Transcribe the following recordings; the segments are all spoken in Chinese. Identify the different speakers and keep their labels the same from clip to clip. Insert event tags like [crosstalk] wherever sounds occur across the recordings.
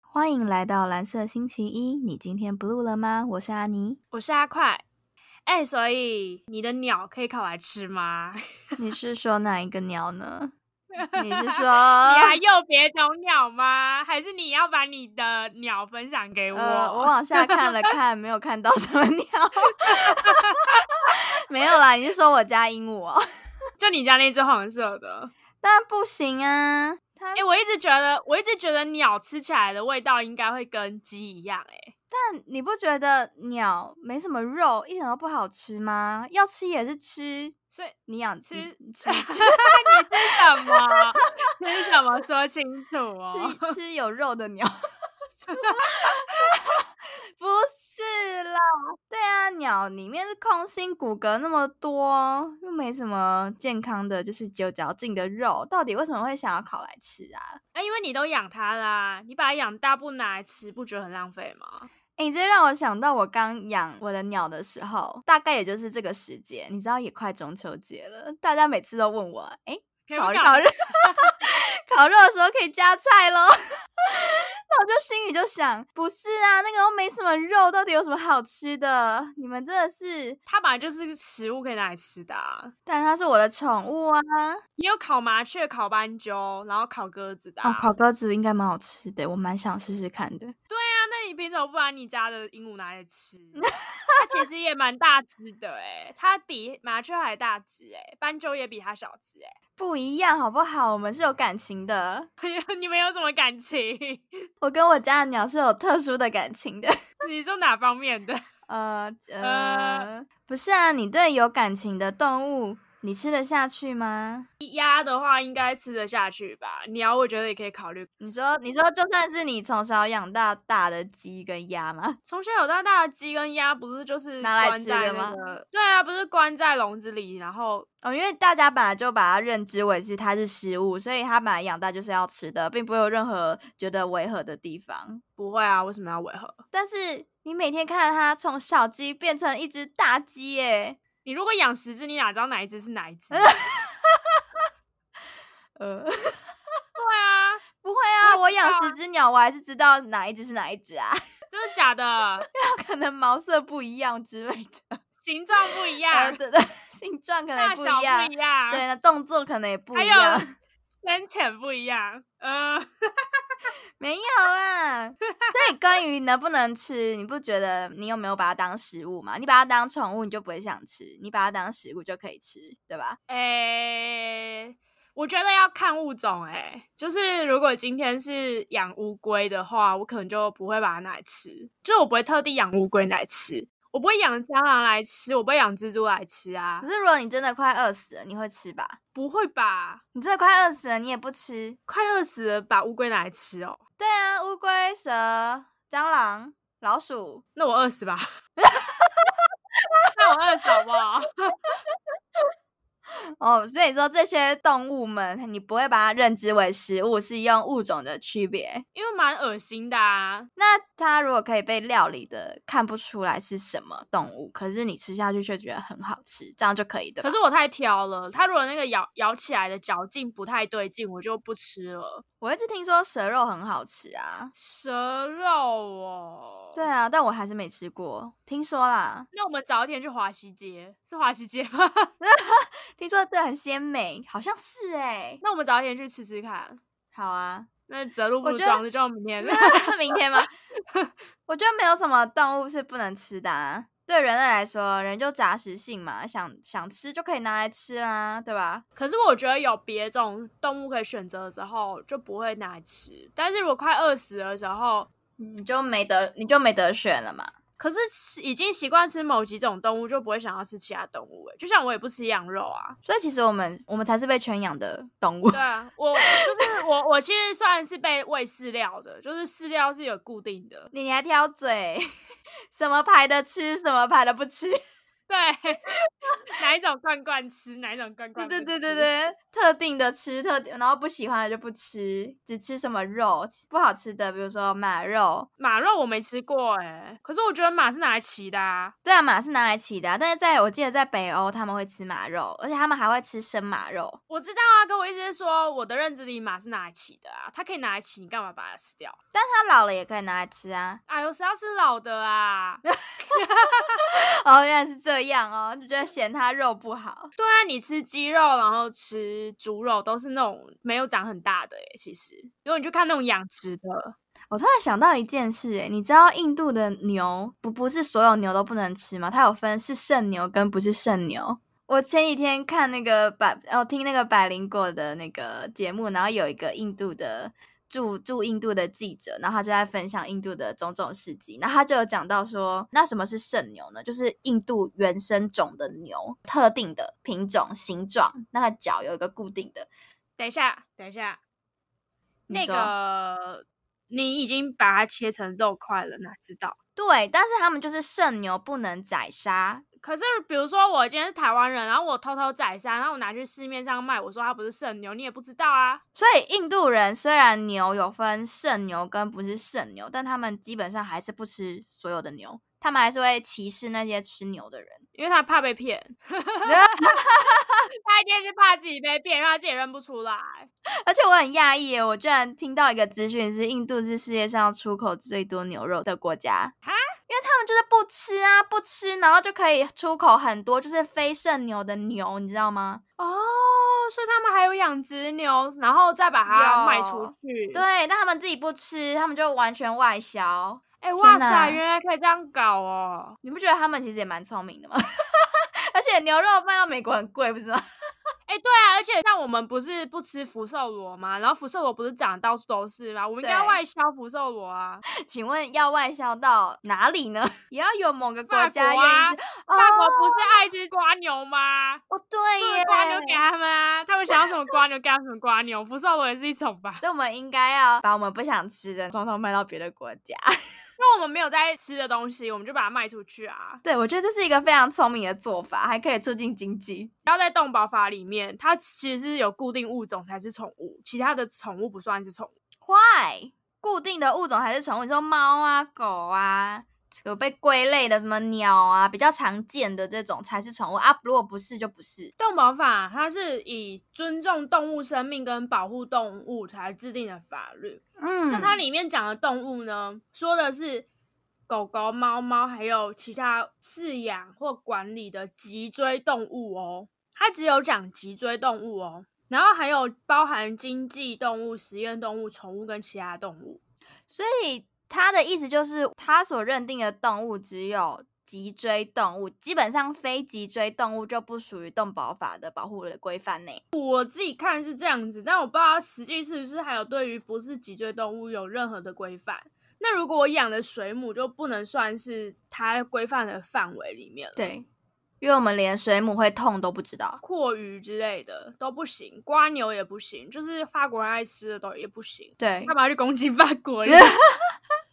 Speaker 1: 欢迎来到蓝色星期一，你今天 blue 了吗？我是阿妮，
Speaker 2: 我是阿快。哎、所以你的鸟可以烤来吃吗？ [laughs]
Speaker 1: 你是说哪一个鸟呢？你是说
Speaker 2: 你还有别种鸟吗？还是你要把你的鸟分享给我？
Speaker 1: 呃，我往下看了看，没有看到什么鸟， [laughs] 没有啦。你是说我家鹦鹉哦？
Speaker 2: [laughs] 就你家那只黄色的。
Speaker 1: 当然不行啊，它
Speaker 2: 哎、我一直觉得，我一直觉得鸟吃起来的味道应该会跟鸡一样、哎，
Speaker 1: 但你不觉得鸟没什么肉，一点都不好吃吗？要吃也是吃，
Speaker 2: 所以
Speaker 1: 你养
Speaker 2: 吃
Speaker 1: 你吃
Speaker 2: 吃你吃什么？ [laughs] 吃什么？说清楚哦。
Speaker 1: 吃吃有肉的鸟，不是啦，对啊，鸟里面是空心骨骼那么多，又没什么健康的，就是只有嚼劲的肉，到底为什么会想要烤来吃啊？
Speaker 2: 哎、因为你都养它啦，你把它养大不拿来吃，不觉得很浪费吗？
Speaker 1: 哎、你这让我想到我刚养我的鸟的时候，大概也就是这个时节，你知道也快中秋节了，大家每次都问我，哎、
Speaker 2: 可以
Speaker 1: 烤
Speaker 2: 不
Speaker 1: 烤
Speaker 2: 搞
Speaker 1: 肉， [laughs] 烤肉的时候可以加菜喽。 [laughs] 那我就心里就想，不是啊，那个又没什么肉，到底有什么好吃的？你们真的是，
Speaker 2: 它本来就是食物可以拿来吃的、啊，
Speaker 1: 但它是我的宠物啊。
Speaker 2: 也有烤麻雀、烤斑鸠，然后烤鸽子的、啊。
Speaker 1: 哦，烤鸽子应该蛮好吃的，我蛮想试试看的。
Speaker 2: 那那你凭什么不把你家的鹦鹉拿来 [laughs] 吃？它其实也蛮大只的哎、它比麻雀还大只哎、斑鸠也比它小只哎、
Speaker 1: 不一样好不好？我们是有感情的，
Speaker 2: 欸 [laughs] 你们有什么感情？ [laughs]
Speaker 1: 我跟我家的鸟是有特殊的感情的。
Speaker 2: 你说哪方面的？
Speaker 1: 呃
Speaker 2: 呃
Speaker 1: 呃，不是啊，你对有感情的动物，你吃得下去吗？
Speaker 2: 鸭的话应该吃得下去吧？鸟我觉得也可以考虑。
Speaker 1: 你说，你说，就算是你从小养到大的鸡跟鸭吗？
Speaker 2: 从小有到大的鸡跟鸭不是就是
Speaker 1: 拿来
Speaker 2: 关
Speaker 1: 吃
Speaker 2: 在
Speaker 1: 的
Speaker 2: 那
Speaker 1: 吗
Speaker 2: 个？对啊，不是关在笼子里，然后
Speaker 1: 哦，因为大家本来就把它认知为是它是食物，所以它本来养大就是要吃的，并不会有任何觉得违和的地方。
Speaker 2: 不会啊？为什么要违和？
Speaker 1: 但是你每天看着它从小鸡变成一只大鸡，耶，
Speaker 2: 你如果养十只，你哪知道哪一只是哪一只？ [laughs] 对
Speaker 1: 呃， [laughs]
Speaker 2: 啊，
Speaker 1: 不会啊，
Speaker 2: 我
Speaker 1: 我
Speaker 2: 知
Speaker 1: 养
Speaker 2: 道
Speaker 1: 十只鸟，我还是知道哪一只是哪一只啊， [laughs]
Speaker 2: 真的假的？
Speaker 1: 可能毛色不一样之类的，
Speaker 2: 形状不一
Speaker 1: 呃，
Speaker 2: 样，
Speaker 1: 对 [laughs] 对，形状可能
Speaker 2: 啊大
Speaker 1: 不
Speaker 2: 小
Speaker 1: 一样
Speaker 2: 不一，样，
Speaker 1: 对，，那动作可能也不
Speaker 2: 还
Speaker 1: 一
Speaker 2: 有
Speaker 1: 样，
Speaker 2: 深浅不一样。呃，
Speaker 1: 没有啦。所以关于能不能吃，你不觉得你有没有把它当食物嘛？你把它当宠物，你就不会想吃；你把它当食物就可以吃，对吧？
Speaker 2: 诶、我觉得要看物种、欸，就是如果今天是养乌龟的话，我可能就不会把它拿来吃，就是我不会特地养乌龟来吃，我不会养蟑螂来吃，我不会养蜘蛛来吃啊
Speaker 1: 可，是如果你真的快饿死了，你会吃吧？
Speaker 2: 不会吧？
Speaker 1: 你真的快饿死了，你也不吃。
Speaker 2: 快饿死了，把乌龟拿来吃哦，
Speaker 1: 对啊，乌龟、蛇、蟑螂、老鼠，
Speaker 2: 那我饿死吧。 [laughs] 那我饿死好不好？ [laughs]
Speaker 1: 哦，所以说这些动物们，你不会把它认知为食物，是用物种的区别。
Speaker 2: 因为蛮恶心的啊。
Speaker 1: 那它如果可以被料理的看不出来是什么动物，可是你吃下去却觉得很好吃，这样就可以的。
Speaker 2: 可是我太挑了，它如果那个咬咬起来的嚼劲不太对劲，我就不吃了。
Speaker 1: 我一直听说蛇肉很好吃啊，
Speaker 2: 蛇肉哦，
Speaker 1: 对。啊，但我还是没吃过。听说啦，
Speaker 2: 那我们早一天去华西街，是华西街吗？ [laughs]
Speaker 1: 听说这很鲜美，好像是哎、
Speaker 2: 那我们早一天去吃吃看。
Speaker 1: 好 [laughs] 啊，
Speaker 2: 那择路不
Speaker 1: 我
Speaker 2: 如
Speaker 1: 觉得
Speaker 2: 撞，就明天。
Speaker 1: 是明天吗？ [laughs] 我觉得没有什么动物是不能吃的、啊。对人类来说，人就杂食性嘛，想想吃就可以拿来吃啦，对吧？
Speaker 2: [laughs] 可是我觉得有别种动物可以选择的时候，就不会拿来吃。但是如果快饿死的时候，
Speaker 1: 嗯你就没得，你就没得选了嘛。
Speaker 2: 可是吃已经习惯吃某几种动物，就不会想要吃其他动物、欸。就像我也不吃羊肉啊，
Speaker 1: 所以其实我们我们才是被圈养的动物。 [laughs]
Speaker 2: 对啊，我就是我，我其实算是被喂饲料的，就是饲料是有固定的。
Speaker 1: [laughs] 你你还挑嘴，什么牌的吃，什么牌的不吃。
Speaker 2: 对， [laughs] 哪一种罐罐吃，哪一种罐
Speaker 1: 对
Speaker 2: 罐
Speaker 1: 对对对
Speaker 2: 不吃，
Speaker 1: 对，特定的吃特定，然后不喜欢的就不吃，只吃什么肉不好吃的，比如说马肉。
Speaker 2: 马肉我没吃过哎、可是我觉得马是拿来骑的啊。
Speaker 1: 对啊，马是拿来骑的啊、但是在我记得在北欧他们会吃马肉，而且他们还会吃生马肉。
Speaker 2: 我知道啊，跟我一直说，我的认知里马是拿来骑的啊，它可以拿来骑，你干嘛把它吃掉？
Speaker 1: 但它老了也可以拿来吃啊。 [laughs]
Speaker 2: 啊，有谁要吃老的啊？
Speaker 1: 哦，原来是这样哦，就觉得嫌它肉不好。
Speaker 2: 对啊，你吃鸡肉，然后吃猪肉，都是那种没有长很大的诶、欸其实，如果你去看那种养殖的，
Speaker 1: 我突然想到一件事，哎，你知道印度的牛不不是所有牛都不能吃吗？它有分是圣牛跟不是圣牛。我前几天看那个百，哦，听那个百灵果的那个节目，然后有一个印度的驻驻印度的记者，然后他就在分享印度的种种事迹，然后他就有讲到说，那什么是圣牛呢？就是印度原生种的牛，特定的品种、形状，那个角有一个固定的。
Speaker 2: 等一下，等一下，
Speaker 1: 你
Speaker 2: 那
Speaker 1: 说
Speaker 2: 个你已经把它切成肉块了，哪知道？
Speaker 1: 对，但是他们就是圣牛不能宰杀，
Speaker 2: 可是，比如说我今天是台湾人，然后我偷偷宰杀，然后我拿去市面上卖，我说它不是圣牛，你也不知道啊。
Speaker 1: 所以印度人虽然牛有分圣牛跟不是圣牛，但他们基本上还是不吃所有的牛，他们还是会歧视那些吃牛的人。 [laughs]
Speaker 2: 因为他怕被骗， [laughs] 他一定是怕自己被骗，让他自己认不出来。
Speaker 1: 而且我很讶异耶，我居然听到一个资讯是印度是世界上出口最多牛肉的国家
Speaker 2: 哈，
Speaker 1: 因为他们就是不吃啊，不吃，然后就可以出口很多就是非圣牛的牛，你知道吗？
Speaker 2: 哦，所以他们还有养殖牛，然后再把它卖出
Speaker 1: 有
Speaker 2: 去。
Speaker 1: 对，，但他们自己不吃，他们就完全外销。
Speaker 2: 哎、
Speaker 1: 天
Speaker 2: 哇塞，
Speaker 1: 哪
Speaker 2: 原来可以这样搞哦！
Speaker 1: 你不觉得他们其实也蛮聪明的吗？ [laughs] 而且牛肉卖到美国很贵，不是吗？
Speaker 2: 哎、对啊，而且像我们不是不吃福寿螺吗？然后福寿螺不是长得到处都是吗？我们应该
Speaker 1: 对
Speaker 2: 外销福寿螺啊！
Speaker 1: 请问要外销到哪里呢？ [laughs] 也要有某个
Speaker 2: 法
Speaker 1: 国家
Speaker 2: 国
Speaker 1: 愿
Speaker 2: 啊
Speaker 1: 意吃。
Speaker 2: 法国
Speaker 1: 哦，
Speaker 2: 不是爱吃瓜牛吗？
Speaker 1: 哦对
Speaker 2: 送
Speaker 1: 耶，
Speaker 2: 瓜牛给他们啊，他们想 [laughs] 要什么瓜牛给他们什么瓜牛，福寿螺也是一种吧？
Speaker 1: 所以我们应该要把我们不想吃的通通卖到别的国家。 [laughs]
Speaker 2: 因为我们没有在吃的东西，我们就把它卖出去啊！
Speaker 1: 对，我觉得这是一个非常聪明的做法，还可以促进经济。
Speaker 2: 要在动保法里面，它其实是有固定物种才是宠物，其他的宠物不算是宠物。
Speaker 1: Why？固定的物种还是宠物？你说猫啊、狗啊，有被归类的什么鸟啊，比较常见的这种才是宠物啊。如果不是就不是。
Speaker 2: 动保法它是以尊重动物生命跟保护动物才制定的法律。
Speaker 1: 嗯
Speaker 2: 那它里面讲的动物呢，说的是狗狗、猫猫，还有其他饲养或管理的脊椎动物哦。它只有讲脊椎动物哦，然后还有包含经济动物、实验动物、宠物跟其他动物。
Speaker 1: 所以他的意思就是，他所认定的动物只有脊椎动物，基本上非脊椎动物就不属于动保法的保护的规范内。
Speaker 2: 我自己看是这样子，但我不知道实际是不是还有对于不是脊椎动物有任何的规范。那如果我养的水母就不能算是它规范的范围里面了，
Speaker 1: 对，因为我们连水母会痛都不知道。
Speaker 2: 阔鱼之类的都不行，瓜牛也不行，就是法国人爱吃的都也不行。
Speaker 1: 对
Speaker 2: 干，嘛去攻击法国人？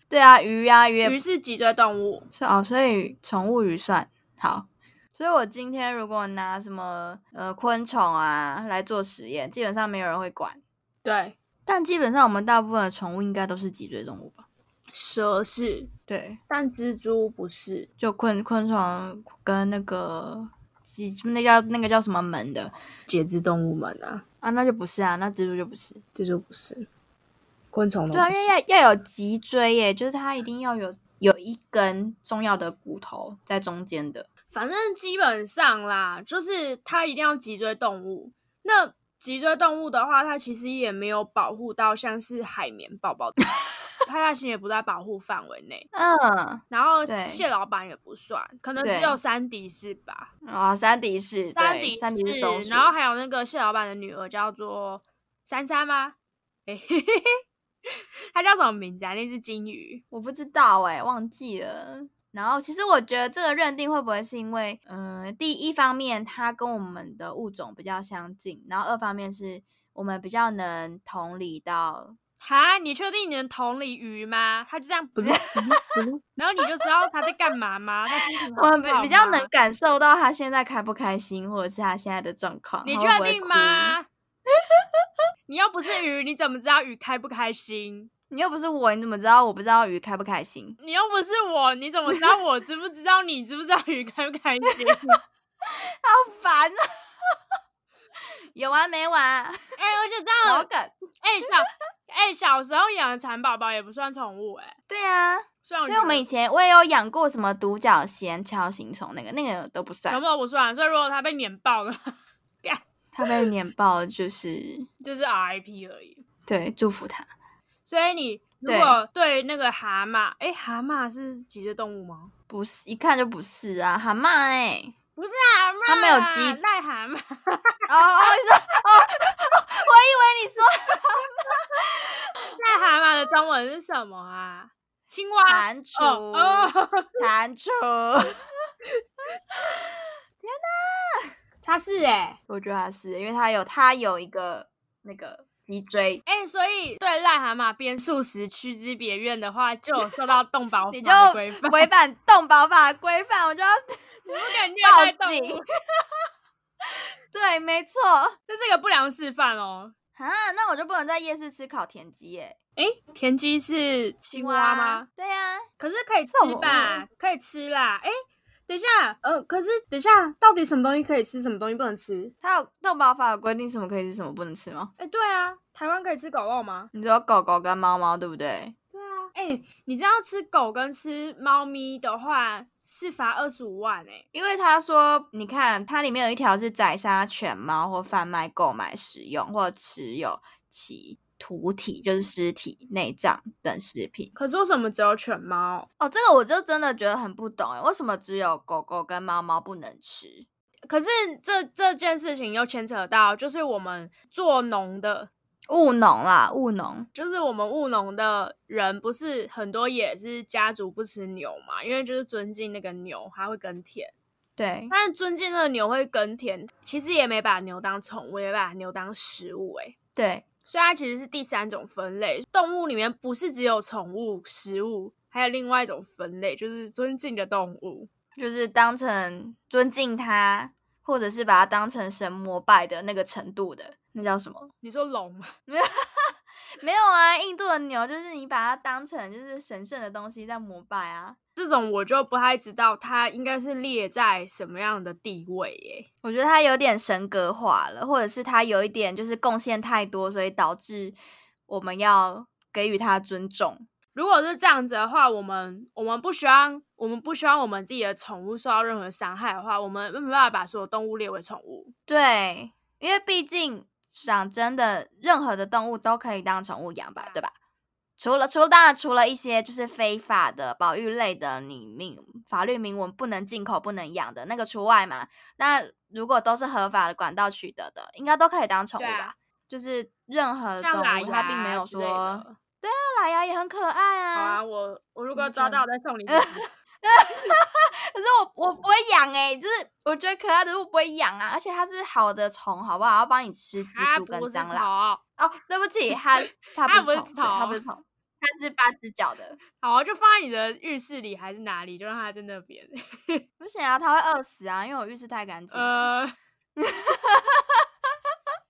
Speaker 1: 对啊，鱼啊， [laughs] 鱼也
Speaker 2: 鱼是脊椎动物，
Speaker 1: 是哦，所以宠物鱼算好。所以我今天如果拿什么呃昆虫啊来做实验，基本上没有人会管。
Speaker 2: 对，
Speaker 1: 但基本上我们大部分的宠物应该都是脊椎动物吧？
Speaker 2: 蛇是，
Speaker 1: 对，
Speaker 2: 但蜘蛛不是。
Speaker 1: 就昆昆虫跟那个几那叫那个叫什么门的
Speaker 2: 节肢动物们啊，
Speaker 1: 啊，那就不是啊，那蜘蛛就不是。
Speaker 2: 这就不是。昆虫都
Speaker 1: 对啊，
Speaker 2: 不
Speaker 1: 因
Speaker 2: 是
Speaker 1: 为要要有脊椎耶，就是它一定要有有一根重要的骨头在中间的。
Speaker 2: 反正基本上啦，就是它一定要脊椎动物。那脊椎动物的话，它其实也没有保护到像是海绵宝宝， [laughs] 它在行也不在保护范围内。
Speaker 1: 嗯，
Speaker 2: 然后
Speaker 1: 对
Speaker 2: 蟹老板也不算，可能只
Speaker 1: 对
Speaker 2: 有山迪士吧，
Speaker 1: 啊，山迪士，
Speaker 2: 山
Speaker 1: 对
Speaker 2: 迪
Speaker 1: 山迪士松
Speaker 2: 士，
Speaker 1: 鼠，
Speaker 2: 然后还有那个蟹老板的女儿叫做珊珊吗？哎、嘿嘿嘿， [laughs] 她叫什么名字啊？那只金鱼。
Speaker 1: 我不知道哎，忘记了。然后，其实我觉得这个认定会不会是因为，嗯、第一方面它跟我们的物种比较相近，然后二方面是我们比较能同理到
Speaker 2: 哈，你确定你能同理鱼吗？它就这样不然后你就知道它在干嘛吗？它心情
Speaker 1: [laughs] 我
Speaker 2: 很
Speaker 1: 比
Speaker 2: 好
Speaker 1: 比较
Speaker 2: 吗
Speaker 1: 能感受到他现在开不开心，或者是他现在的状况。
Speaker 2: 你
Speaker 1: 他
Speaker 2: 确
Speaker 1: 哦会不会
Speaker 2: 定
Speaker 1: 哭？
Speaker 2: 吗？ [laughs] 你又不是鱼，你怎么知道鱼开不开心？
Speaker 1: 你又不是我，你怎么知道我不知道鱼开不开心？ [laughs]
Speaker 2: 你又不是我，你怎么知道我知不知道你知不知道鱼开不开心？
Speaker 1: 好烦啊！有完没完
Speaker 2: [laughs]
Speaker 1: 啊？
Speaker 2: 哎、而且这样
Speaker 1: 老，梗。
Speaker 2: 哎、小，哎、小时候养的蚕宝宝也不算宠物、哎，
Speaker 1: 对啊，
Speaker 2: 虽然
Speaker 1: 所以我们以
Speaker 2: 觉
Speaker 1: 前我也有养过什么独角仙、锹形虫，那个那个都不
Speaker 2: 得有
Speaker 1: 算。
Speaker 2: 没有不算，所以如果它被碾爆了，
Speaker 1: 他被碾爆了就是
Speaker 2: 就是 RIP 而已。
Speaker 1: 对，祝福他。
Speaker 2: 所以你如
Speaker 1: 对
Speaker 2: 果对那个蛤蟆，哎、蛤蟆是脊椎动物吗？
Speaker 1: 不是，一看就不是啊，蛤蟆哎、
Speaker 2: 蛤蟆，
Speaker 1: 它没有脊
Speaker 2: 癞蛤
Speaker 1: 哦
Speaker 2: 蟆，[laughs]
Speaker 1: 哦，你说哦，我以为你说
Speaker 2: 癞蛤蟆的中文是什么啊？青蛙。
Speaker 1: 蟾蜍，
Speaker 2: 哦哦，
Speaker 1: 蟾
Speaker 2: [laughs]
Speaker 1: 蜍，
Speaker 2: 它是哎、
Speaker 1: 我觉得它是，因为它有它有一个那个脊
Speaker 2: [laughs]
Speaker 1: 椎，
Speaker 2: 哎、所以对癞蛤蟆边素食趋之别院的话，就有受到动保法
Speaker 1: 你就
Speaker 2: 的规范，
Speaker 1: 违反动保法的规范，我就要
Speaker 2: [laughs] 不敢虐
Speaker 1: 报
Speaker 2: 待动
Speaker 1: 警 [laughs]
Speaker 2: 物，
Speaker 1: 对，没错
Speaker 2: [laughs] 这是一个不良示范哦。
Speaker 1: 啊，那我就不能在夜市吃烤田鸡耶，
Speaker 2: 哎、田鸡是青蛙吗？？
Speaker 1: 对呀、
Speaker 2: 可是可以
Speaker 1: 这
Speaker 2: 吃
Speaker 1: 我
Speaker 2: 吧？可以吃啦。哎、等一下，呃，可是等一下，到底什么东西可以吃，什么东西不能吃？
Speaker 1: 它有动保法有规定什么可以吃，什么不能吃吗？
Speaker 2: 哎、对啊，台湾可以吃狗肉吗？
Speaker 1: 你说狗狗跟猫猫对不对？
Speaker 2: 对啊，哎、你知道吃狗跟吃猫咪的话是罚二十五万哎、
Speaker 1: 因为他说，你看它里面有一条是宰杀犬猫或贩卖、购买、使用或持有其图体，就是尸体、内脏等食品。
Speaker 2: 可是为什么只有犬猫？
Speaker 1: 哦，这个我就真的觉得很不懂诶，为什么只有狗狗跟猫猫不能吃？
Speaker 2: 可是这这件事情又牵扯到，就是我们做农的，
Speaker 1: 务农啦，务农，
Speaker 2: 就是我们务农的人，不是很多也是家族不吃牛嘛，因为就是尊敬那个牛，它会耕田。
Speaker 1: 对，
Speaker 2: 但是尊敬那个牛会耕田，其实也没把牛当宠物，也没把牛当食物、欸，
Speaker 1: 对，
Speaker 2: 所以它其实是第三种分类。动物里面不是只有宠物、食物，还有另外一种分类，就是尊敬的动物。
Speaker 1: 就是当成尊敬它，或者是把它当成神膜拜的那个程度的，那叫什么？
Speaker 2: 你说龙吗？ [laughs]
Speaker 1: 没有啊，印度的牛就是你把它当成就是神圣的东西在膜拜啊。
Speaker 2: 这种我就不太知道，它应该是列在什么样的地位耶、
Speaker 1: 我觉得他有点神格化了，或者是他有一点就是贡献太多，所以导致我们要给予他尊重。
Speaker 2: 如果是这样子的话，我们我们不希望我们不希望我们自己的宠物受到任何伤害的话，我们没办法把所有动物列为宠物。
Speaker 1: 对，因为毕竟讲真的，任何的动物都可以当宠物养吧，对吧？除了除了当然除了一些就是非法的保育类的，你明法律明文不能进口、不能养的那个除外嘛。那如果都是合法的管道取得的，应该都可以当宠物
Speaker 2: 对啊
Speaker 1: 吧？就是任何呃动
Speaker 2: 像喇
Speaker 1: 物，
Speaker 2: 牙
Speaker 1: 它并没有
Speaker 2: 之类
Speaker 1: 说啊
Speaker 2: 的。
Speaker 1: 那喇牙也很可爱
Speaker 2: 好
Speaker 1: 啊。
Speaker 2: 啊，我我如果
Speaker 1: 你
Speaker 2: 抓
Speaker 1: 讲
Speaker 2: 到，我再
Speaker 1: [laughs]
Speaker 2: 送你一只。
Speaker 1: 可是我我不会养哎、就是我觉得可爱的我不会养啊，而且它是好的虫，好不好？要帮你吃蜘
Speaker 2: 它
Speaker 1: 蛛跟
Speaker 2: 啊不是
Speaker 1: 蟑螂。
Speaker 2: 草，
Speaker 1: 哦，对不起，它它
Speaker 2: 它
Speaker 1: 不是
Speaker 2: 不
Speaker 1: 虫，
Speaker 2: 是
Speaker 1: 对它
Speaker 2: 虫
Speaker 1: 不是虫，它是八只脚的。
Speaker 2: 好啊，就放在你的浴室里还是哪里，就让它在那边。
Speaker 1: 不行啊，它会饿死啊，因为我浴室太干净了。
Speaker 2: 呃，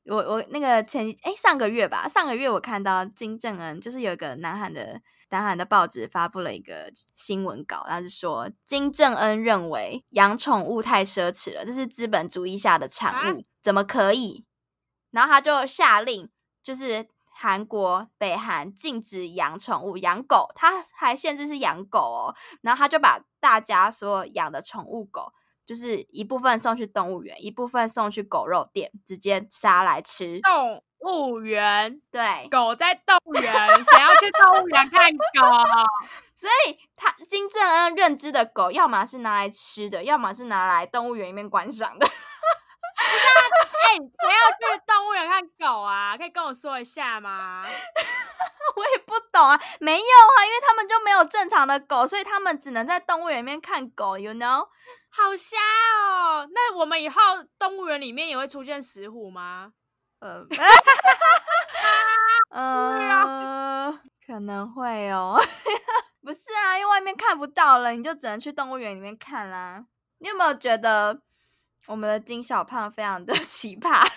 Speaker 1: 我我那个前哎上个月吧，上个月我看到金正恩就是有一个南韩的南韩的报纸发布了一个新闻稿，然后是说金正恩认为养宠物太奢侈了，这是资本主义下的
Speaker 2: 啊
Speaker 1: 产物，怎么可以？然后他就下令，就是韩国北韩禁止养宠物，养狗，他还限制是养狗哦。然后他就把大家所有养的宠物狗，就是一部分送去动物园，一部分送去狗肉店，直接杀来吃。
Speaker 2: 动物园，
Speaker 1: 对，
Speaker 2: 狗在动物园，谁要去动物园看狗？ [laughs]
Speaker 1: 所以他金正恩认知的狗，要么是拿来吃的，要么是拿来动物园里面观赏的。 [laughs]
Speaker 2: 哎、谁要去动物园看狗啊？可以跟我说一下吗？
Speaker 1: 我也不懂啊，没有啊，因为他们就没有正常的狗，所以他们只能在动物园里面看狗，you know。
Speaker 2: 好瞎哦！那我们
Speaker 1: [laughs] 啊
Speaker 2: 以后动物园里面也会出现石虎吗？
Speaker 1: 呃，呃，可能会哦。 [laughs] 不是啊，因为外面看不到了，你就只能去动物园里面看啦。你有没有觉得我们的金小胖非常的 [laughs] 奇葩？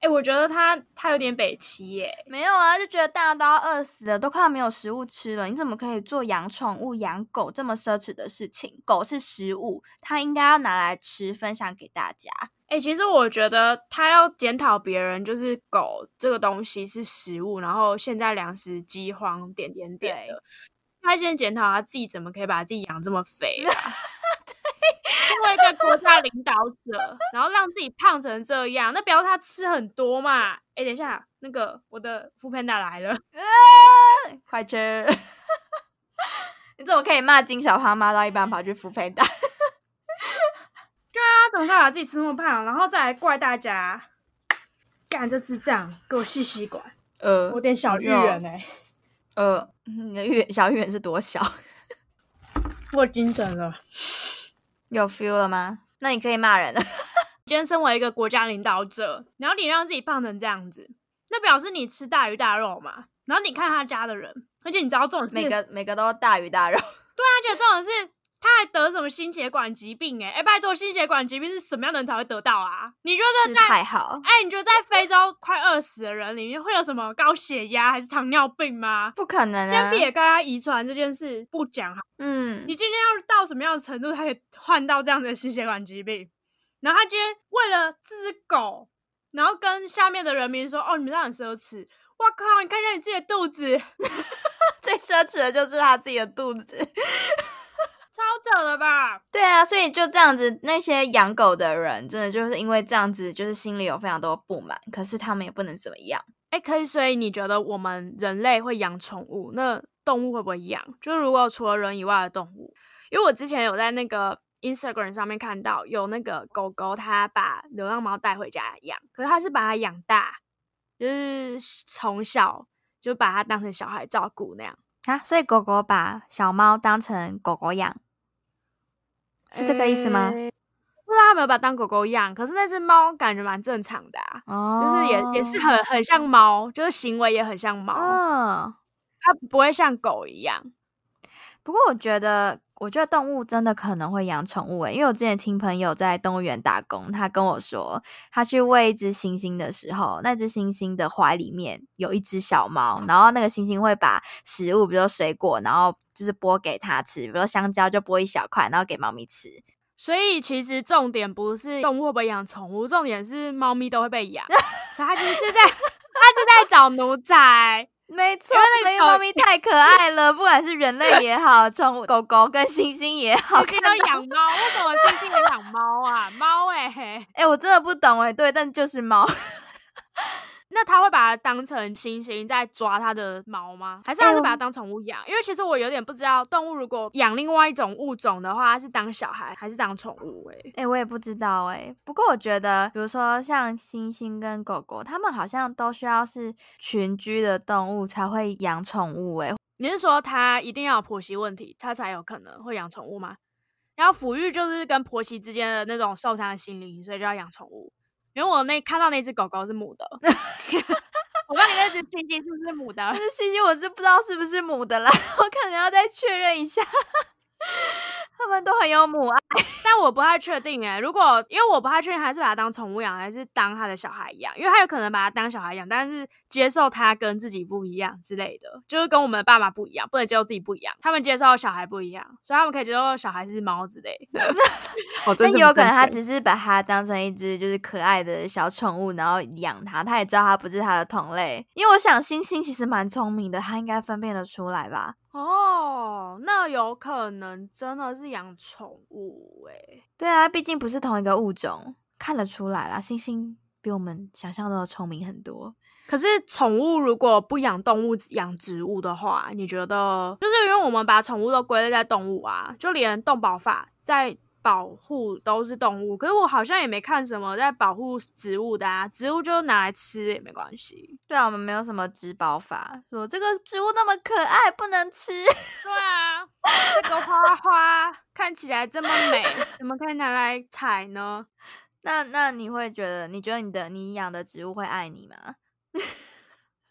Speaker 2: 哎、我觉得他他有点北齐耶，
Speaker 1: 没有啊，就觉得大家都要饿死了，都快要没有食物吃了，你怎么可以做养宠物、养狗这么奢侈的事情？狗是食物，它应该要拿来吃，分享给大家。
Speaker 2: 哎、其实我觉得他要检讨别人，就是狗这个东西是食物，然后现在粮食饥荒点点点的，他先检讨他自己怎么可以把自己养这么肥 [laughs] 啊作为一个国家领导者，然后让自己胖成这样，那表示他吃很多嘛？哎、等一下，那个我的副 panda 来了，
Speaker 1: 快吃！ [laughs] 你怎么可以骂金小胖骂到一半跑去扶培达？
Speaker 2: 他怎么可以把自己吃那么胖，然后再来怪大家？干这智障，给我细吸管！
Speaker 1: 呃
Speaker 2: 我有点小
Speaker 1: 没
Speaker 2: 芋
Speaker 1: 有
Speaker 2: 圆哎、
Speaker 1: 呃，你的圆小圆是多小？ [laughs]
Speaker 2: 我有精神了。
Speaker 1: 有 feel 了吗？那你可以骂人了。
Speaker 2: 今天身为一个国家领导者，然后你让自己胖成这样子，那表示你吃大鱼大肉嘛。然后你看他家的人，而且你知道这种事，
Speaker 1: 每个每个都大鱼大肉，
Speaker 2: 他觉得这种事，他还得什么心血管疾病、欸？哎、拜托，心血管疾病是什么样的人才会得到啊？你觉
Speaker 1: 吃
Speaker 2: 得在
Speaker 1: 太好，
Speaker 2: 哎、你觉得在非洲快饿死的人里面会有什么高血压还是糖尿病吗？
Speaker 1: 不可能
Speaker 2: 先
Speaker 1: 啊。
Speaker 2: 撇开他遗传这件事不讲好，
Speaker 1: 嗯
Speaker 2: 你，今天要到什么样的程度才可以换到这样的心血管疾病？然后他今天为了这只狗，然后跟下面的人民说：“哦，你们这样很奢侈。”哇靠！你看一下你自己的肚子， [laughs]
Speaker 1: 最奢侈的就是他自己的肚子。 [laughs]
Speaker 2: 超扯了吧？
Speaker 1: 对啊，所以就这样子，那些养狗的人真的就是因为这样子，就是心里有非常多不满，可是他们也不能怎么样。
Speaker 2: 哎、可以，所以你觉得我们人类会养宠物，那动物会不会养？就是如果除了人以外的动物，因为我之前有在那个 Instagram 上面看到有那个狗狗，它把流浪猫带回家养，可是它是把它养大，就是从小就把它当成小孩照顾那样，
Speaker 1: 啊，所以狗狗把小猫当成狗狗养，是这个意思吗？
Speaker 2: 诶不知道它有没有把它当狗狗养，可是那只猫感觉蛮正常的、啊，
Speaker 1: 哦，
Speaker 2: 就是也、也是很很像猫，就是行为也很像猫，
Speaker 1: 嗯。
Speaker 2: 它不会像狗一样。
Speaker 1: 不过我觉得，我觉得动物真的可能会养宠物诶、欸因为我之前听朋友在动物园打工，他跟我说，他去喂一只猩猩的时候，那只猩猩的怀里面有一只小猫，然后那个猩猩会把食物，比如说水果，然后就是剥给它吃，比如说香蕉就剥一小块，然后给猫咪吃。
Speaker 2: 所以其实重点不是动物会不会养宠物，重点是猫咪都会被 [laughs] 养，所以它就是在它是在找奴 [laughs] 才。
Speaker 1: 没错，
Speaker 2: 那个
Speaker 1: 因为
Speaker 2: 狗
Speaker 1: 猫咪太可爱了，不管是人类也好，宠物狗狗跟猩猩也好，
Speaker 2: 我看到养猫，为什么猩猩也养猫啊？猫哎、
Speaker 1: 哎、我真的不懂哎、对，但就是猫。
Speaker 2: 那他会把它当成猩猩在抓它的毛吗？还是
Speaker 1: 哎
Speaker 2: 他是
Speaker 1: 我
Speaker 2: 把它当宠物养？因为其实我有点不知道，动物如果养另外一种物种的话，它是当小孩还是当宠物、欸？
Speaker 1: 哎、我也不知道哎、不过我觉得，比如说像猩猩跟狗狗，它们好像都需要是群居的动物才会养宠物哎、
Speaker 2: 你是说它一定要有婆媳问题，它才有可能会养宠物吗？然后抚育就是跟婆媳之间的那种受伤的心灵，所以就要养宠物。因为我那看到那只狗狗是母 [laughs] 的，我看你那只猩猩是不是母的 [laughs]
Speaker 1: 但？是猩猩我就不知道是不是母的啦， [laughs] 我可能要再确认一下。它们都很有母爱，
Speaker 2: 但我不太确定哎、如果因为我不太确定，还是把它当宠物养，还是当它的小孩养？因为它有可能把它当小孩养，但是接受它跟自己不一样之类的，就是跟我们的爸妈不一样，不能接受自己不一样，他们接受小孩不一样，所以他们可以接受小孩是猫之类 [laughs] 的。
Speaker 1: 但
Speaker 2: 我哦
Speaker 1: 也
Speaker 2: 真的
Speaker 1: 有
Speaker 2: 不
Speaker 1: 可能它
Speaker 2: 正确
Speaker 1: 只是把它当成一只就是可爱的小宠物，然后养它。它也知道它不是它的同类，因为我想猩猩其实蛮聪明的，它应该分辨得出来吧。
Speaker 2: 哦，那有可能真的是养宠物欸诶、
Speaker 1: 对啊，毕竟不是同一个物种，看得出来啦。猩猩比我们想象中的聪明很多。
Speaker 2: 可是宠物如果不养动物养植物的话，你觉得就是因为我们把宠物都归类在动物啊，就连动保法在保护都是动物，可是我好像也没看什么在保护植物的啊，植物就拿来吃也没关系。
Speaker 1: 对啊，我们没有什么植保法，说这个植物那么可爱，不能吃。 [laughs]
Speaker 2: 对啊，这个花花看起来这么美，怎么可以拿来采呢？
Speaker 1: 那那你会觉得，你觉得你的你养的植物会爱你吗？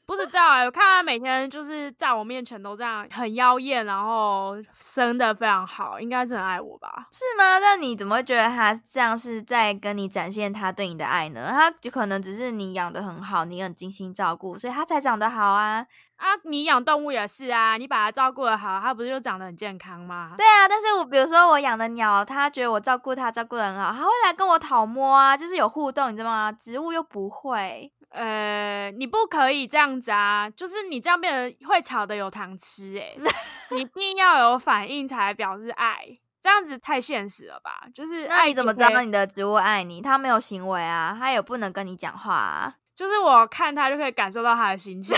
Speaker 2: 不知道哎、我看他每天就是在我面前都这样很妖艳，然后生的非常好，应该是很爱我吧？
Speaker 1: 是吗？那你怎么会觉得他这样是在跟你展现他对你的爱呢？他就可能只是你养的很好，你很精心照顾，所以他才长得好啊。
Speaker 2: 啊，你养动物也是啊，你把它照顾的好，它不是就长得很健康吗？
Speaker 1: 对啊，但是我比如说我养的鸟，它觉得我照顾它照顾的很好，它会来跟我讨摸啊，就是有互动，你知道吗？植物又不会。
Speaker 2: 呃，你不可以这样子啊，就是你这样变得会吵的有糖吃
Speaker 1: [laughs]
Speaker 2: 哎、你一定要有反应才表示爱，这样子太现实了吧？就是
Speaker 1: 那
Speaker 2: 爱
Speaker 1: 啊你怎么
Speaker 2: 不
Speaker 1: 知道
Speaker 2: 可以
Speaker 1: 你的植物爱你？它没有行为啊，它也不能跟你讲话啊， [laughs]
Speaker 2: 就是我看他就可以感受到他的心情。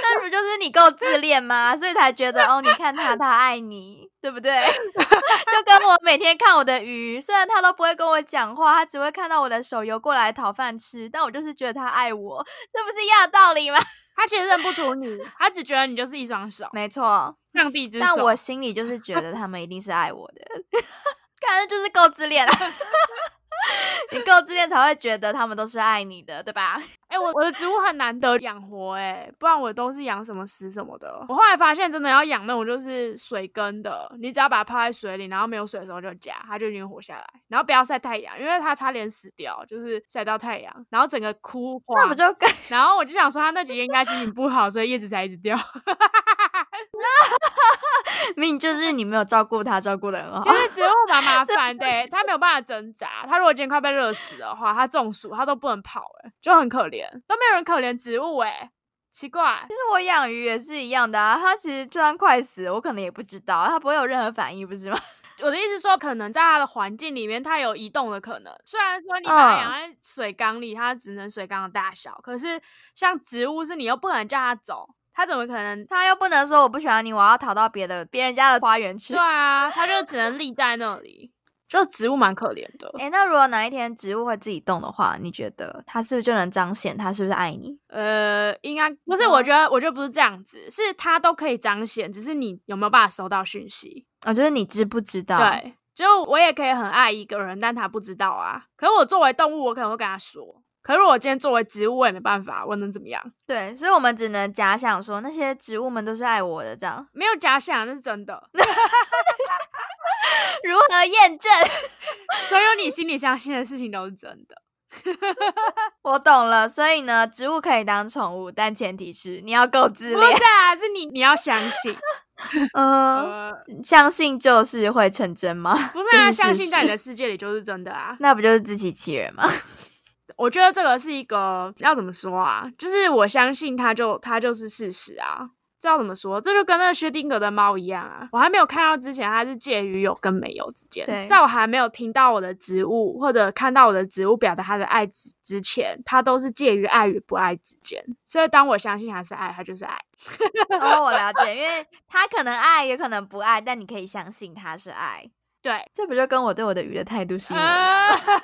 Speaker 1: 那不就是你够自恋吗？所以才觉得哦，你看它，它爱你，对不对？ [laughs] 就跟我每天看我的鱼，虽然它都不会跟我讲话，它只会看到我的手游过来讨饭吃，但我就是觉得它爱我，这不是一样的道理吗？
Speaker 2: 他其实认不出你，他只觉得你就是一双手，
Speaker 1: 没错，
Speaker 2: 上
Speaker 1: [laughs]
Speaker 2: 帝之手。
Speaker 1: 但我心里就是觉得他们一定是爱
Speaker 2: [laughs]
Speaker 1: 我的，看来就是够自恋了。 [laughs] 你够自恋才会觉得他们都是爱你的，对
Speaker 2: [laughs]
Speaker 1: 吧？
Speaker 2: 哎、我我的植物很难得养活哎、不然我都是养什么死什么的。我后来发现，真的要养那种就是水根的，你只要把它泡在水里，然后没有水的时候就夹，它就已经活下来。然后不要晒太阳，因为它差点死掉，就是晒到太阳，然后整个枯黄。
Speaker 1: 那不就
Speaker 2: [laughs]
Speaker 1: 跟
Speaker 2: 然后我就想说，它那几天应该心情不好，所以叶子才一直掉。
Speaker 1: 明明就是你没有照顾他，照顾的很好
Speaker 2: 就。 [laughs] 是植物蛮麻烦的欸、它没有办法挣扎。它如果今天快被热死的话，它中暑，它都不能跑、欸，就很可怜，都没有人可怜植物、欸，奇怪。
Speaker 1: 那我养鱼也是一样的啊，它其实就算快死，我可能也不知道，它不会有任何反应，不是吗？ [laughs]
Speaker 2: 我的意思是说，可能在它的环境里面，它有移动的可能。虽然说你把它养在水缸里，它只能水缸的大小，可是像植物是你又不能叫它走，它怎么可能？
Speaker 1: 它又不能说我不喜欢你，我要逃到别的别人家的花园去
Speaker 2: 对。啊，它就只能立在那里。 [laughs] 就植物蛮可怜的，
Speaker 1: 诶、那如果哪一天植物会自己动的话，你觉得它是不是就能彰显它是不是爱你？
Speaker 2: 呃，应该不是，我觉得我觉得不是这样子，是它都可以彰显，只是你有没有办法收到讯息。
Speaker 1: 我觉得哦你知不知道？，
Speaker 2: 对，啊就我也可以很爱一个人，但他不知道啊。可是我作为动物，我可能会跟他说。可是我今天作为植物，我也没办法，我能怎么样？
Speaker 1: 对，所以我们只能假想说那些植物们都是爱我的，这样 [laughs]
Speaker 2: 没有假想，那是真的，
Speaker 1: 如何验证？ [laughs]
Speaker 2: 所有你心里相信的事情都是真的。
Speaker 1: 我懂了，所以呢，植物可以当宠物，但前提是你要够
Speaker 2: [laughs]
Speaker 1: 自
Speaker 2: 不
Speaker 1: 恋。
Speaker 2: 是啊，是你你要相
Speaker 1: [laughs]
Speaker 2: 信，
Speaker 1: 嗯，
Speaker 2: 呃，
Speaker 1: 相信就是会成真吗？ [laughs]
Speaker 2: 不是啊，
Speaker 1: 这是
Speaker 2: 相
Speaker 1: 事
Speaker 2: 信
Speaker 1: 实
Speaker 2: 在你
Speaker 1: [laughs]
Speaker 2: 的世界里就是真的啊。
Speaker 1: 那不就是自欺欺人吗？
Speaker 2: 我觉得这个是一个要怎么说啊？就是我相信它就它就是事实啊。这要怎么说？这就跟那个薛定谔的猫一样啊！我还没有看到之前，它是介于有跟没有之间
Speaker 1: 对。
Speaker 2: 在我还没有听到我的植物或者看到我的植物表达它的爱之之前，它都是介于爱与不爱之间。所以当我相信它是爱，它就是爱。
Speaker 1: 哦，我了解，因为他可能爱，也可能不爱，但你可以相信他是爱。
Speaker 2: 对，
Speaker 1: 这不就跟我对我的鱼的态度是一模一样吗？
Speaker 2: [laughs] 呃，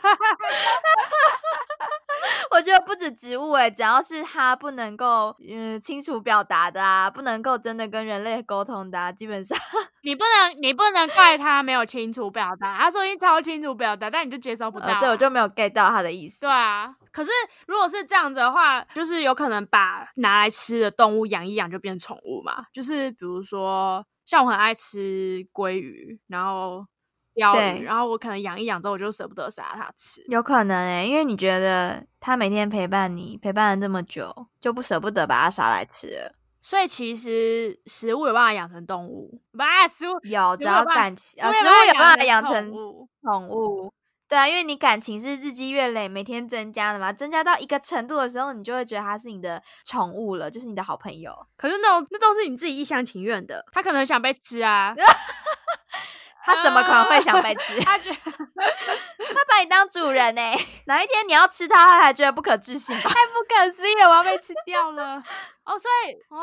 Speaker 1: [laughs] 我觉得不止植物欸诶、只要是它不能够嗯清楚表达的啊，不能够真的跟人类沟通的、啊，基本上
Speaker 2: 你不能你不能怪它没有清楚表达，它说你超清楚表达，但你就接收不到啊、
Speaker 1: 呃，对我就没有 get 到他的意思
Speaker 2: 对。啊，可是如果是这样子的话，就是有可能把拿来吃的动物养一养就变成宠物嘛。就是比如说，像我很爱吃鲑鱼，然后鲷
Speaker 1: 对
Speaker 2: 鱼，然后我可能养一养之后，我就舍不得杀它吃。
Speaker 1: 有可能诶、因为你觉得它每天陪伴你，陪伴了这么久，就不舍不得把它杀来吃了。
Speaker 2: 所以其实食物有办法养成动物，把食物
Speaker 1: 有，只
Speaker 2: 没有
Speaker 1: 要
Speaker 2: 办法
Speaker 1: 感情啊，
Speaker 2: 没有
Speaker 1: 食物有办法
Speaker 2: 法
Speaker 1: 养
Speaker 2: 宠
Speaker 1: 成
Speaker 2: 物
Speaker 1: 宠物。对啊，因为你感情是日积月累，每天增加的嘛，增加到一个程度的时候，你就会觉得它是你的宠物了，就是你的好朋友。
Speaker 2: 可是那种那都是你自己一厢情愿的，它可能想被吃啊，
Speaker 1: 它怎么可能会想被吃？
Speaker 2: 它觉得。
Speaker 1: 它把你当主人呢、欸 [laughs] 哪一天你要吃它，它还觉得不可置信吧？
Speaker 2: 太不可思议了，我要被吃掉了。哦，所
Speaker 1: [laughs]
Speaker 2: 以
Speaker 1: 啊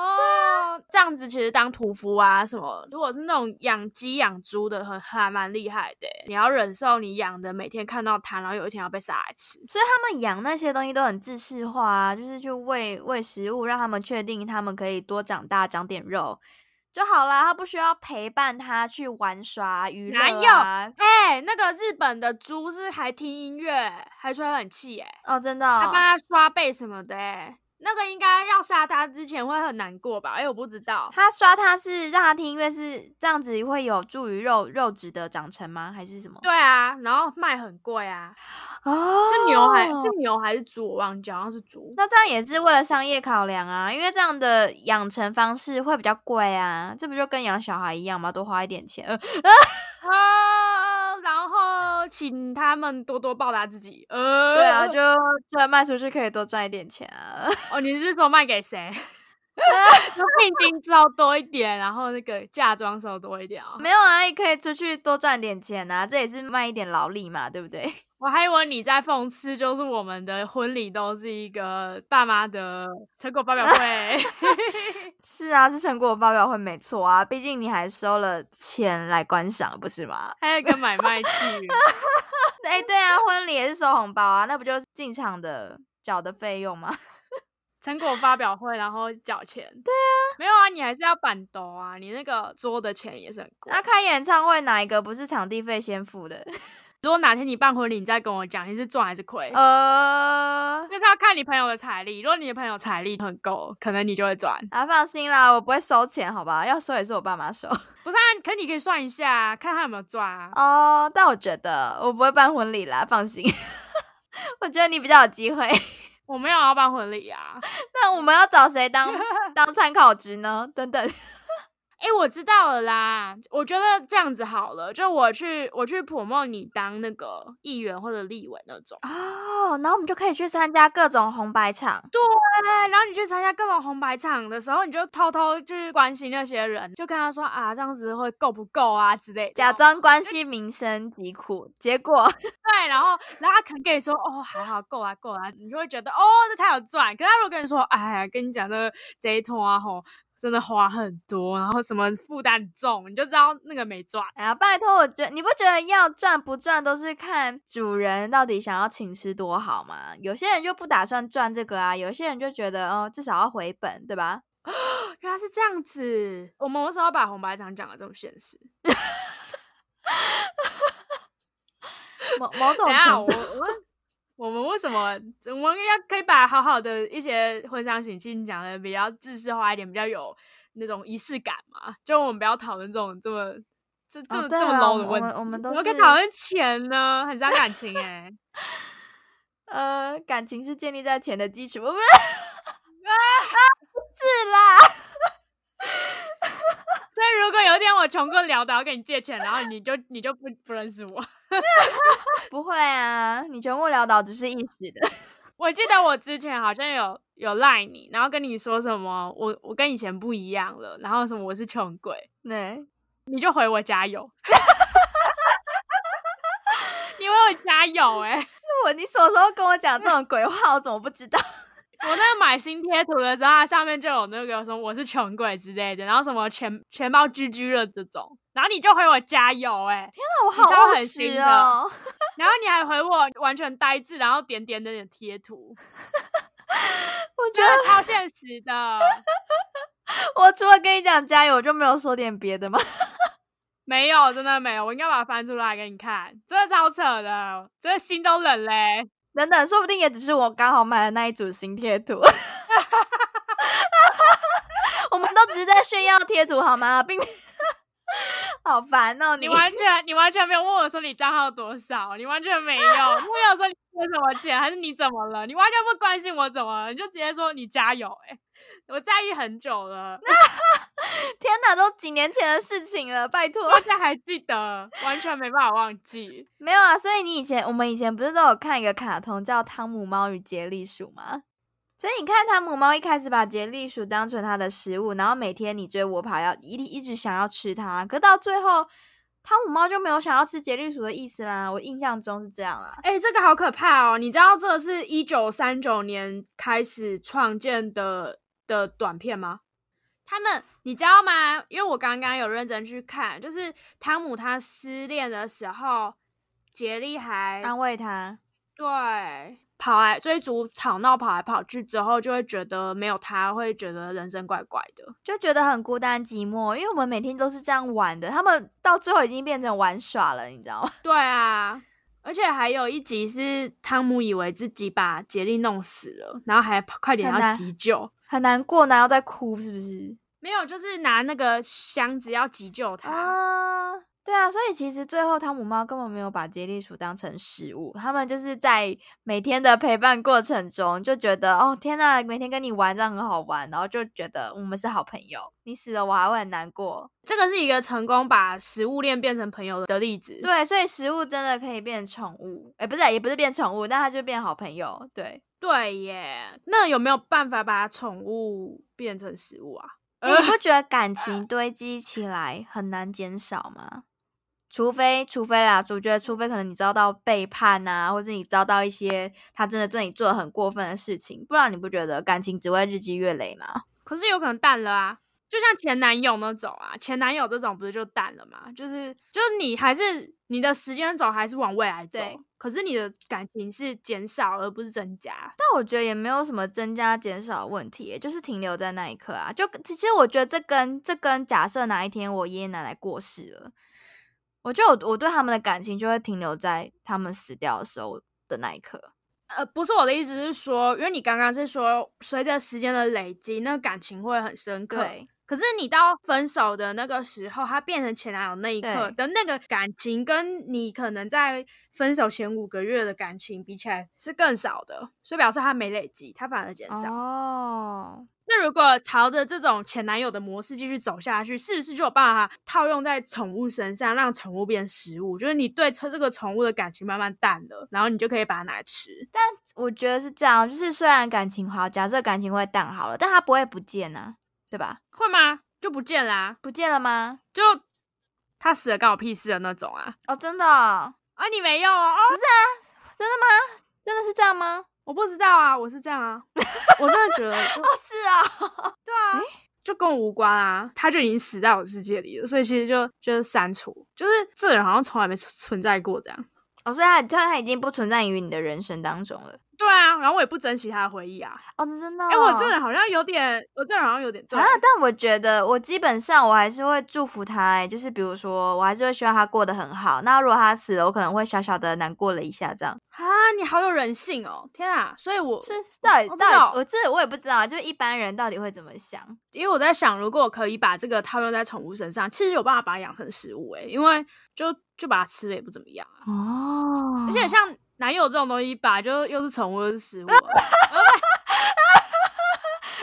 Speaker 2: 哦，这样子其实当屠夫啊什么，如果是那种养鸡养猪的，很还蛮厉害的欸。你要忍受你养的每天看到它，然后有一天要被杀来吃。
Speaker 1: 所以他们养那些东西都很制式化啊，就是去喂喂食物，让他们确定他们可以多长大，长点肉就好啦。他不需要陪伴它去玩耍、娱乐、
Speaker 2: 哪
Speaker 1: 啊。
Speaker 2: 哎、那个日本的猪是还听音乐，还吹冷气哎、
Speaker 1: 哦，真的、
Speaker 2: 他
Speaker 1: 哦
Speaker 2: 帮。它刷背什么的哎、那个应该要杀它之前会很难过吧？哎、我不知道，
Speaker 1: 他刷它是让它听音乐是这样子，会有助于肉肉质的长成吗？还是什么？
Speaker 2: 对啊，然后卖很贵啊，
Speaker 1: 哦，
Speaker 2: 是牛还是牛还是猪？我忘记，好像是猪。
Speaker 1: 那这样也是为了商业考量啊，因为这样的养成方式会比较贵啊，这不就跟养小孩一样吗？多花一点钱，呃，
Speaker 2: 啊，然后请他们多多报答自己。呃，
Speaker 1: 对
Speaker 2: [laughs]
Speaker 1: 啊，就就卖出去可以多赚一点钱啊。
Speaker 2: 哦，你是说卖
Speaker 1: [laughs]
Speaker 2: 给谁？就聘金收多一点，然后那个嫁妆收多一点哦。
Speaker 1: 没有啊，也可以出去多赚点钱啊，这也是卖一点劳力嘛，对不对？ [laughs]
Speaker 2: 我还以为你在讽刺，就是我们的婚礼都是一个爸妈的成果发表会。 [laughs]
Speaker 1: 是啊，是成果发表会没错啊，毕竟你还收了钱来观赏，不是吗？ [laughs]
Speaker 2: 还有一个买卖季，
Speaker 1: 哎、对啊，婚礼也是收红包啊，那不就是进场的缴的费用吗？ [laughs]
Speaker 2: 成果发表会，然后缴钱。对啊，没有啊，你还是要板斗啊，你那个桌的钱也是很贵。
Speaker 1: 那、开演唱会哪一个不是场地费先付的？
Speaker 2: 如果哪天你办婚礼，你再跟我讲你是赚还是亏，
Speaker 1: 呃，
Speaker 2: 就是要看你朋友的财力。如果你的朋友财力很够，可能你就会赚。
Speaker 1: 啊，放心啦，我不会收钱，好吧？要收也是我爸妈收。
Speaker 2: 不是啊，可你可以算一下啊，看他有没有赚啊。
Speaker 1: 哦，但我觉得我不会办婚礼啦，放心。 [laughs] 我觉得你比较有机会。
Speaker 2: 我没有要办婚礼啊。
Speaker 1: 那我们要找谁 [laughs] 当当参考值呢？等等，
Speaker 2: 哎、我知道了啦。我觉得这样子好了，就我去我去普莫你当那个议员或者立委那种。
Speaker 1: 哦，然后我们就可以去参加各种红白场。
Speaker 2: 对，啊然后你去参加各种红白场的时候，你就偷偷就是关心那些人，就跟他说啊，这样子会够不够啊之类的。
Speaker 1: 假装关心民生疾苦，结
Speaker 2: [laughs]
Speaker 1: 果
Speaker 2: 对，然后然后他可能跟你说哦，好好够啊够啊，你就会觉得哦，那他有赚。可是他如果跟你说，哎呀，跟你讲这个这一通啊吼。真的花很多，然后什么负担很重，你就知道那个没赚。
Speaker 1: 哎呀，拜托，我觉你不觉得要赚不赚都是看主人到底想要请吃多好吗？有些人就不打算赚这个啊，有些人就觉得哦，至少要回本，对吧？
Speaker 2: 原来是这样子，我们为什么要把红白场讲的这么现实？
Speaker 1: 某某种
Speaker 2: 等一下，
Speaker 1: 程
Speaker 2: 我
Speaker 1: 度，
Speaker 2: 我我们为什么我们要可以把好好的一些婚丧喜庆讲的比较制式化一点，比较有那种仪式感嘛？就我们不要讨论这种这么这这么、
Speaker 1: 哦对
Speaker 2: 这么
Speaker 1: 啦
Speaker 2: low 的
Speaker 1: 我
Speaker 2: 问
Speaker 1: 们
Speaker 2: 题。
Speaker 1: 我们
Speaker 2: 我
Speaker 1: 都
Speaker 2: 们
Speaker 1: 是
Speaker 2: 可以讨论钱呢，很伤感情哎、
Speaker 1: 呃，感情是建立在钱的基础，不是？啊，
Speaker 2: [laughs]
Speaker 1: 不是啦，
Speaker 2: 所以如果有一天我穷困潦倒，跟你借钱，然后你就你就不不认识我。 [laughs]
Speaker 1: 不会啊，你穷困潦倒只是一时的。 [laughs]
Speaker 2: 我记得我之前好像有有赖你，然后跟你说什么我我跟以前不一样了，然后什么我是穷鬼，
Speaker 1: 对，
Speaker 2: 你就回我加油， [laughs] 你为我加油哎、
Speaker 1: [laughs] 我你什么时候跟我讲这种鬼话，我怎么不知道？
Speaker 2: 我那个买新贴图的时候，它上面就有那个什么我是穷鬼之类的，然后什么钱钱包居居了这种，然后你就回我加油哎、
Speaker 1: 那我
Speaker 2: 你
Speaker 1: 好
Speaker 2: 知道
Speaker 1: 务
Speaker 2: 很
Speaker 1: 实
Speaker 2: 新的
Speaker 1: 哦。
Speaker 2: 然后你还回我完全呆滞，然后点点点点贴图，
Speaker 1: 我觉
Speaker 2: 觉
Speaker 1: 得
Speaker 2: 得超现实的。
Speaker 1: [laughs] 我除了跟你讲加油，我就没有说点别的吗？ [laughs]
Speaker 2: 没有，真的没有，我应该把它翻出来给你看，真的超扯的，真的心都冷嘞、
Speaker 1: 等等，说不定也只是我刚好买的那一组新贴图。 [laughs] 我们都只是在炫耀贴图好吗？并没 [laughs] 好烦哦你
Speaker 2: 你。完全你完全没有问我说你账号多少，你完全没有，没有说你缺什么钱，还是你怎么了，你完全不关心我怎么了，你就直接说你加油、欸，我在意很久了，
Speaker 1: [laughs] 天哪，都几年前的事情了，拜托。
Speaker 2: 到现在还记得，完全没办法忘记。
Speaker 1: 没有啊，所以你以前我们以前不是都有看一个卡通叫《汤姆猫与杰利鼠》吗？所以你看，汤姆猫一开始把杰利鼠当成它的食物，然后每天你追我跑要一定一直想要吃它，啊可到最后，汤姆猫就没有想要吃杰利鼠的意思啦。我印象中是这样啦。
Speaker 2: 哎、这个好可怕哦！你知道这是一九三九年开始创建的的短片吗？他们你知道吗？因为我刚刚有认真去看，就是汤姆他失恋的时候，杰利还
Speaker 1: 安慰它，
Speaker 2: 对，跑来追逐、吵闹、跑来跑去之后，就会觉得没有他，会觉得人生怪怪的。
Speaker 1: 就觉得很孤单寂寞，因为我们每天都是这样玩的，他们到最后已经变成玩耍了，你知道吗？ [laughs]
Speaker 2: 对啊，而且还有一集是汤姆以为自己把杰利弄死了，然后还快点
Speaker 1: 很
Speaker 2: 要
Speaker 1: 难
Speaker 2: 急救，
Speaker 1: 很难过，然后再哭，是不是？
Speaker 2: 没有，就是拿那个箱子要急救他。
Speaker 1: 啊，对啊，所以其实最后汤姆猫根本没有把接力鼠当成食物，他们就是在每天的陪伴过程中就觉得，哦天呐，每天跟你玩这样很好玩，然后就觉得我们是好朋友，你死了我还会很难过。
Speaker 2: 这个是一个成功把食物链变成朋友的例子。，
Speaker 1: 对，所以食物真的可以变宠物，哎，不是，也不是变宠物，但它就变好朋友。对，
Speaker 2: 对耶，那有没有办法把宠物变成食物啊？
Speaker 1: 诶你不觉得感情堆积起来很难减少吗？除非，除非啦，我觉得除非可能你遭到背叛啊，或者你遭到一些他真的对你做的很过分的事情，不然你不觉得感情只会日积月累吗？
Speaker 2: 可是有可能淡了啊，就像前男友那种啊，前男友这种不是就淡了吗？就是就是你还是你的时间轴还是往未来走
Speaker 1: 对，
Speaker 2: 可是你的感情是减少而不是增加。
Speaker 1: 但我觉得也没有什么增加减少的问题耶，就是停留在那一刻啊。就其实我觉得这跟这跟假设哪一天我爷爷奶奶过世了，我觉得我我对他们的感情就会停留在他们死掉的时候的那一刻。
Speaker 2: 呃，不是我的意思是说，因为你刚刚是说随着时间的累积，那感情会很深刻。
Speaker 1: 对，
Speaker 2: 可是你到分手的那个时候，他变成前男友那一刻
Speaker 1: 对
Speaker 2: 的那个感情，跟你可能在分手前五个月的感情比起来是更少的，所以表示他没累积，他反而减少。
Speaker 1: 哦，
Speaker 2: 那如果朝着这种前男友的模式继续走下去，是不是就有办法套用在宠物身上，让宠物变食物？就是你对这个宠物的感情慢慢淡了，然后你就可以把它拿来吃。
Speaker 1: 我觉得是这样，就是虽然感情好，假设感情会淡好了，但它不会不见啊，对吧？
Speaker 2: 会吗？就不见啦、
Speaker 1: 不见了吗？
Speaker 2: 就他死了干我屁事的那种啊！
Speaker 1: 哦，真的哦、
Speaker 2: 啊，你没有哦，哦
Speaker 1: 真的吗？真的是这样吗？
Speaker 2: 我不知道啊，我是这样啊，我真的觉得就
Speaker 1: 哦，是啊、
Speaker 2: 对啊，就跟我无关啊，他就已经死在我世界里了，所以其实就就是删除，就是这个人好像从来没存存在过这样。
Speaker 1: 哦，所以它它已经不存在于你的人生当中了。
Speaker 2: 对啊，然后我也不珍惜他的回忆啊。
Speaker 1: 哦，真的、哦。
Speaker 2: 哎、我这个人好像有点，我这个人好像有点对
Speaker 1: 啊，但我觉得我基本上我还是会祝福他、哎，就是比如说，我还是会希望他过得很好。那如果他死了，我可能会小小的难过了一下，这样
Speaker 2: 啊，你好有人性哦，天啊！所以我
Speaker 1: 是到底、
Speaker 2: 哦真的
Speaker 1: 到
Speaker 2: 哦
Speaker 1: 底，我这我也不知道啊，就是一般人到底会怎么想。
Speaker 2: 因为我在想，如果我可以把这个套用在宠物身上，其实有办法把它养成食物诶、因为就就把它吃了也不怎么样啊。
Speaker 1: 哦
Speaker 2: 而且像男友这种东西吧，就又是宠物又是食物啊、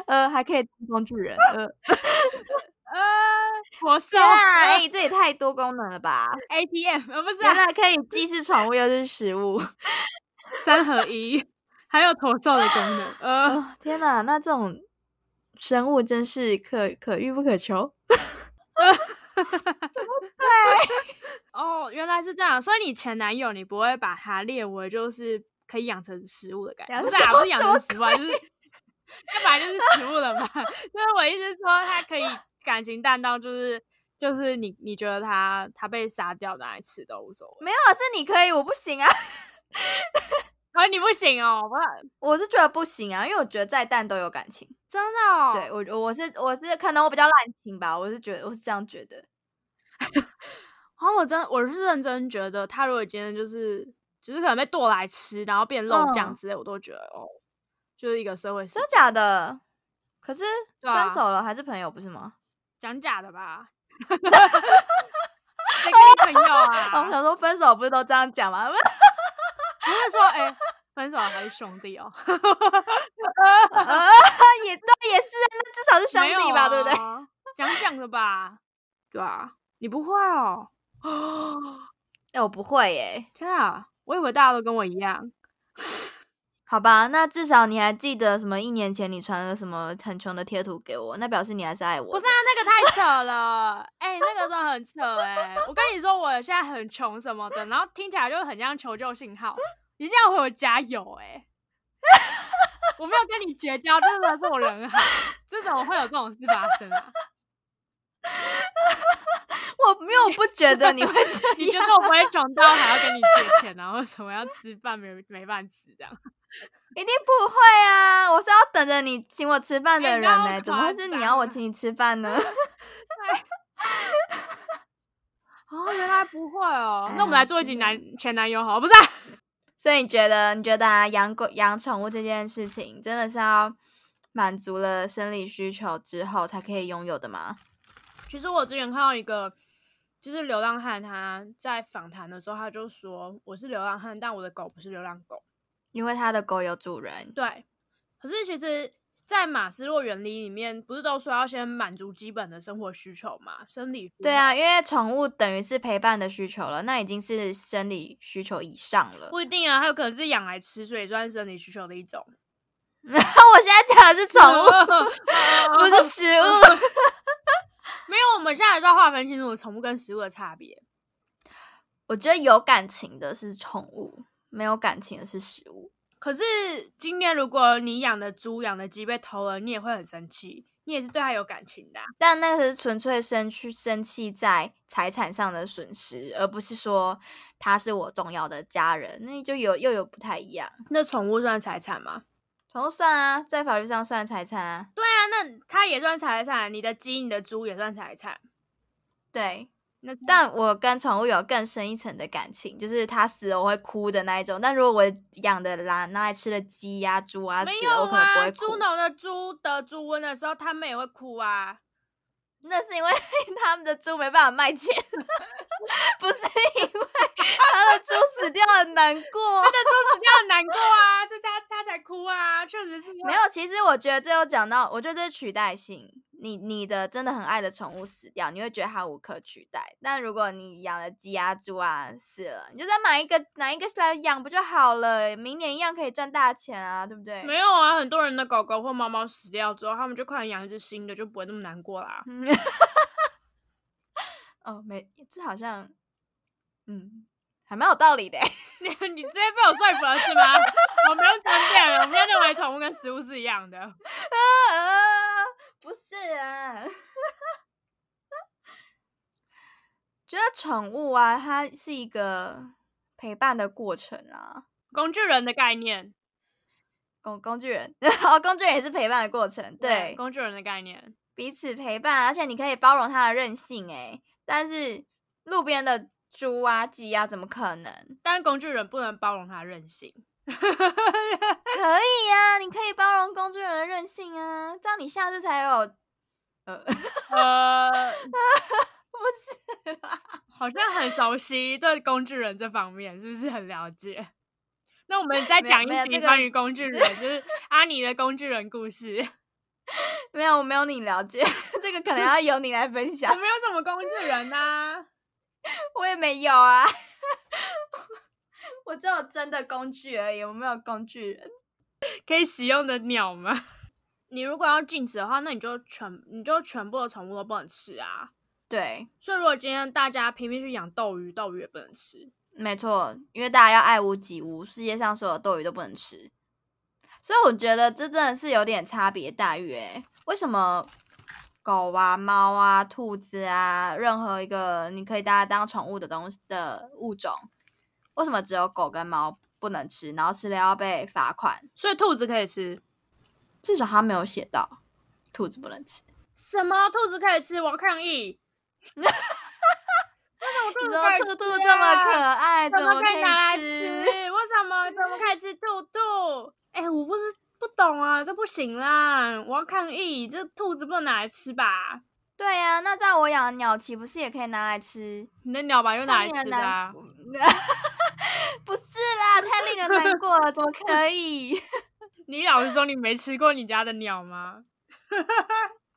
Speaker 1: 呃，还可以当工具人，呃，
Speaker 2: 呃，活兽、
Speaker 1: 天啊，
Speaker 2: 呃
Speaker 1: 哎、这也太多功能了 [laughs] 吧？
Speaker 2: ATM，呃不是、
Speaker 1: 原
Speaker 2: 啊、
Speaker 1: 来可以既是宠物又是食物，
Speaker 2: 三合一， [laughs] 还有头兽的功能。
Speaker 1: [laughs]
Speaker 2: 呃，
Speaker 1: 哦、天哪，那这种生物真是可可遇不可求。
Speaker 2: 哦，原来是这样，所以你前男友你不会把它列为就是可以养成食物的感觉，
Speaker 1: 养
Speaker 2: 不是啊，
Speaker 1: 什么
Speaker 2: 不是养成食物啊，就是它本来就是食物了嘛。 [laughs] 就是我意思是说，它 [laughs] 可以感情淡到就是就是你你觉得它它被杀掉拿来吃都无所谓，
Speaker 1: 没有啊，是你可以，我不行啊， [laughs]
Speaker 2: 啊你不行哦，我不
Speaker 1: 我是觉得不行啊，因为我觉得再淡都有感情。
Speaker 2: 真的哦，
Speaker 1: 对我，我是我是可能我比较滥情吧，我是觉得我是这样觉得。
Speaker 2: 然后我真我是认真觉得，他如果今天就是就是可能被剁来吃，然后变肉酱
Speaker 1: 嗯
Speaker 2: 之类，我都觉得哦，就是一个社会事
Speaker 1: 真的
Speaker 2: 件
Speaker 1: 假的？可是
Speaker 2: 对啊
Speaker 1: 分手了还是朋友不是吗？
Speaker 2: 讲假的吧？ [laughs] 谁跟你朋友
Speaker 1: [laughs] 哦，我
Speaker 2: 啊？
Speaker 1: 想说分手不是都这样 [laughs] 讲吗？
Speaker 2: 不是说哎、分手了还是兄弟哦？
Speaker 1: 呃， [laughs] 也对，也是啊，那至少是兄
Speaker 2: 没有
Speaker 1: 弟吧，对不对？
Speaker 2: 啊？讲讲的吧？对啊，你不会
Speaker 1: [gasps]
Speaker 2: 哦？
Speaker 1: 哎、我不会耶、
Speaker 2: 天啊，我以为大家都跟我一样。
Speaker 1: 好吧，那至少你还记得什么？一年前你传了什么很穷的贴图给我，那表示你还是爱我
Speaker 2: 不
Speaker 1: 的。
Speaker 2: 是啊，那个太扯了，哎、那个真的很扯哎、我跟你说，我现在很穷什么的，然后听起来就很像求救信号，你这样回我加油哎、我没有跟你绝交，真的做人好，这怎么会有这种事发生 [laughs] 啊？
Speaker 1: 我没有不觉得 [laughs] 你会这
Speaker 2: 你觉
Speaker 1: 样，
Speaker 2: 得我不会穷到还要跟你借钱，然后什么要吃饭没没饭吃这样？
Speaker 1: 一定不会啊！我是要等着你请我吃饭的
Speaker 2: 哎
Speaker 1: 人
Speaker 2: 你
Speaker 1: 呢、
Speaker 2: 好
Speaker 1: 怎么会是你要我请你吃饭呢？
Speaker 2: 哦，原来不会哦。那我们
Speaker 1: 哎
Speaker 2: 来做一集男前男友好了，不是啊、
Speaker 1: [laughs] 所以你觉得，你觉得啊，养狗、养宠物这件事情，真的是要满足了生理需求之后才可以拥有的吗？
Speaker 2: 其实我之前看到一个，就是流浪汉他在访谈的时候，他就说我是流浪汉，但我的狗不是流浪狗。
Speaker 1: 因为它的狗有主人，
Speaker 2: 对，可是其实，在马斯洛原理里面，不是都说要先满足基本的生活需求嘛，生理。
Speaker 1: 对，啊，因为宠物等于是陪伴的需求了，那已经是生理需求以上了。
Speaker 2: 不一定啊，它有可能是养来吃，所以算是生理需求的一种。
Speaker 1: 我现在讲的是 [laughs] 宠
Speaker 2: [laughs]
Speaker 1: 物， [laughs] 不
Speaker 2: 不
Speaker 1: 是食物。
Speaker 2: [laughs] 没有，我们现在还是要划分清楚宠物跟食物的差别。
Speaker 1: 我觉得有感情的是宠物，没有感情的是食物。
Speaker 2: 可是今天如果你养的猪、养的鸡被偷了，你也会很生气，你也是对它有感情的啊、
Speaker 1: 但那个是纯粹生去生气在财产上的损失，而不是说他是我重要的家人，那就有又有不太一样。
Speaker 2: 那宠物算财产吗？
Speaker 1: 宠物算啊，在法律上算财产啊。
Speaker 2: 对啊，那它也算财产，你的鸡、你的猪也算财产。
Speaker 1: 对，
Speaker 2: 那
Speaker 1: 但我跟宠物有更深一层的感情，就是它死了我会哭的那一种。但如果我养的啦，拿来吃的鸡呀、猪啊，死
Speaker 2: 没
Speaker 1: 了
Speaker 2: 有
Speaker 1: 我可能不
Speaker 2: 啊，
Speaker 1: 会
Speaker 2: 猪
Speaker 1: 哭。
Speaker 2: 农的猪得猪瘟的时候，他们也会哭啊。
Speaker 1: 那是因为 [laughs] 他们的猪没办法卖钱， [laughs] 不是因为他的猪死掉很难过。
Speaker 2: [laughs] 那猪死掉很难过啊，是他他才哭啊，确实是
Speaker 1: 没有，其实我觉得这又讲到，我觉得这是取代性。你你的真的很爱的宠物死掉，你会觉得它无可取代。但如果你养了鸡啊、猪啊死了，你就再买一个拿一个来养不就好了？明年一样可以赚大钱啊，对不对？
Speaker 2: 没有啊，很多人的狗狗或猫猫死掉之后，他们就快点养一只新的，就不会那么难过啦。
Speaker 1: [laughs] 嗯哦，没，这好像，嗯，还蛮有道理的欸。
Speaker 2: [laughs] 你你直接被我说服了 [laughs] 是吗？我们用争辩了，我们要认为宠物跟食物是一样的。
Speaker 1: 呃， [laughs] 不是啊， [laughs] 觉得宠物啊，它是一个陪伴的过程啊，
Speaker 2: 工具人的概念，
Speaker 1: 工工具人， [laughs] 哦，工具人也是陪伴的过程，对，
Speaker 2: 工具人的概念，
Speaker 1: 彼此陪伴，啊而且你可以包容它的任性，诶，但是路边的猪啊、鸡啊，怎么可能？ [laughs]
Speaker 2: 但是工具人不能包容它的任性。
Speaker 1: 可以啊，你可以包容工具人的任性啊，这样你下次才有， [laughs] 呃，
Speaker 2: [laughs] 呃，
Speaker 1: 不是啦。
Speaker 2: [laughs] 好像很熟悉对工具人这方面，是不是很了解？那我们再
Speaker 1: 没有
Speaker 2: 讲
Speaker 1: 没
Speaker 2: 一
Speaker 1: 有
Speaker 2: 集
Speaker 1: 这个
Speaker 2: 关于工具人， [laughs] 就是阿尼的工具人故事。 [laughs]
Speaker 1: 没有，我没有你了解， [laughs] 这个可能要由你来分
Speaker 2: 我
Speaker 1: 享，
Speaker 2: 们有什么工具人呐、
Speaker 1: 我也没有啊， [laughs] 我只有真的工具而已，我没有工具人。
Speaker 2: [laughs] 可以使用的鸟吗？你如果要禁止的话，那你就全你就全部的宠物都不能吃啊。
Speaker 1: 对，
Speaker 2: 所以如果今天大家拼命去养斗鱼，斗鱼也不能吃。
Speaker 1: 没错，因为大家要爱屋及乌，世界上所有斗鱼都不能吃，所以我觉得这真的是有点差别待遇诶。为什么狗啊、猫啊、兔子啊，任何一个你可以大家当宠物的东西的物种，为什么只有狗跟猫不能吃，然后吃了要被罚款？
Speaker 2: 所以兔子可以吃
Speaker 1: 至少他没有写到兔子不能吃。
Speaker 2: 什么？兔子可以吃，我要抗议！
Speaker 1: 你说兔
Speaker 2: 为什么兔子可以吃啊、
Speaker 1: 兔这么可爱，怎
Speaker 2: 怎么
Speaker 1: 么
Speaker 2: 可
Speaker 1: 可
Speaker 2: 以拿来
Speaker 1: 以
Speaker 2: 吃？
Speaker 1: 吃？
Speaker 2: 为什么 [laughs] 怎么可以吃兔兔？哎、我不是不懂啊，这不行啦！我要抗议，这兔子不能拿来吃吧？
Speaker 1: 对呀、那在我养的鸟鳍不是也可以拿来吃？
Speaker 2: 你的鸟吧又
Speaker 1: 太
Speaker 2: 拿来
Speaker 1: 令
Speaker 2: 吃
Speaker 1: 人
Speaker 2: 的、啊
Speaker 1: 难，， [laughs] 不是啦，太令人难过了，怎么可以？ [laughs]
Speaker 2: 你老实说，你没吃过你家的鸟吗？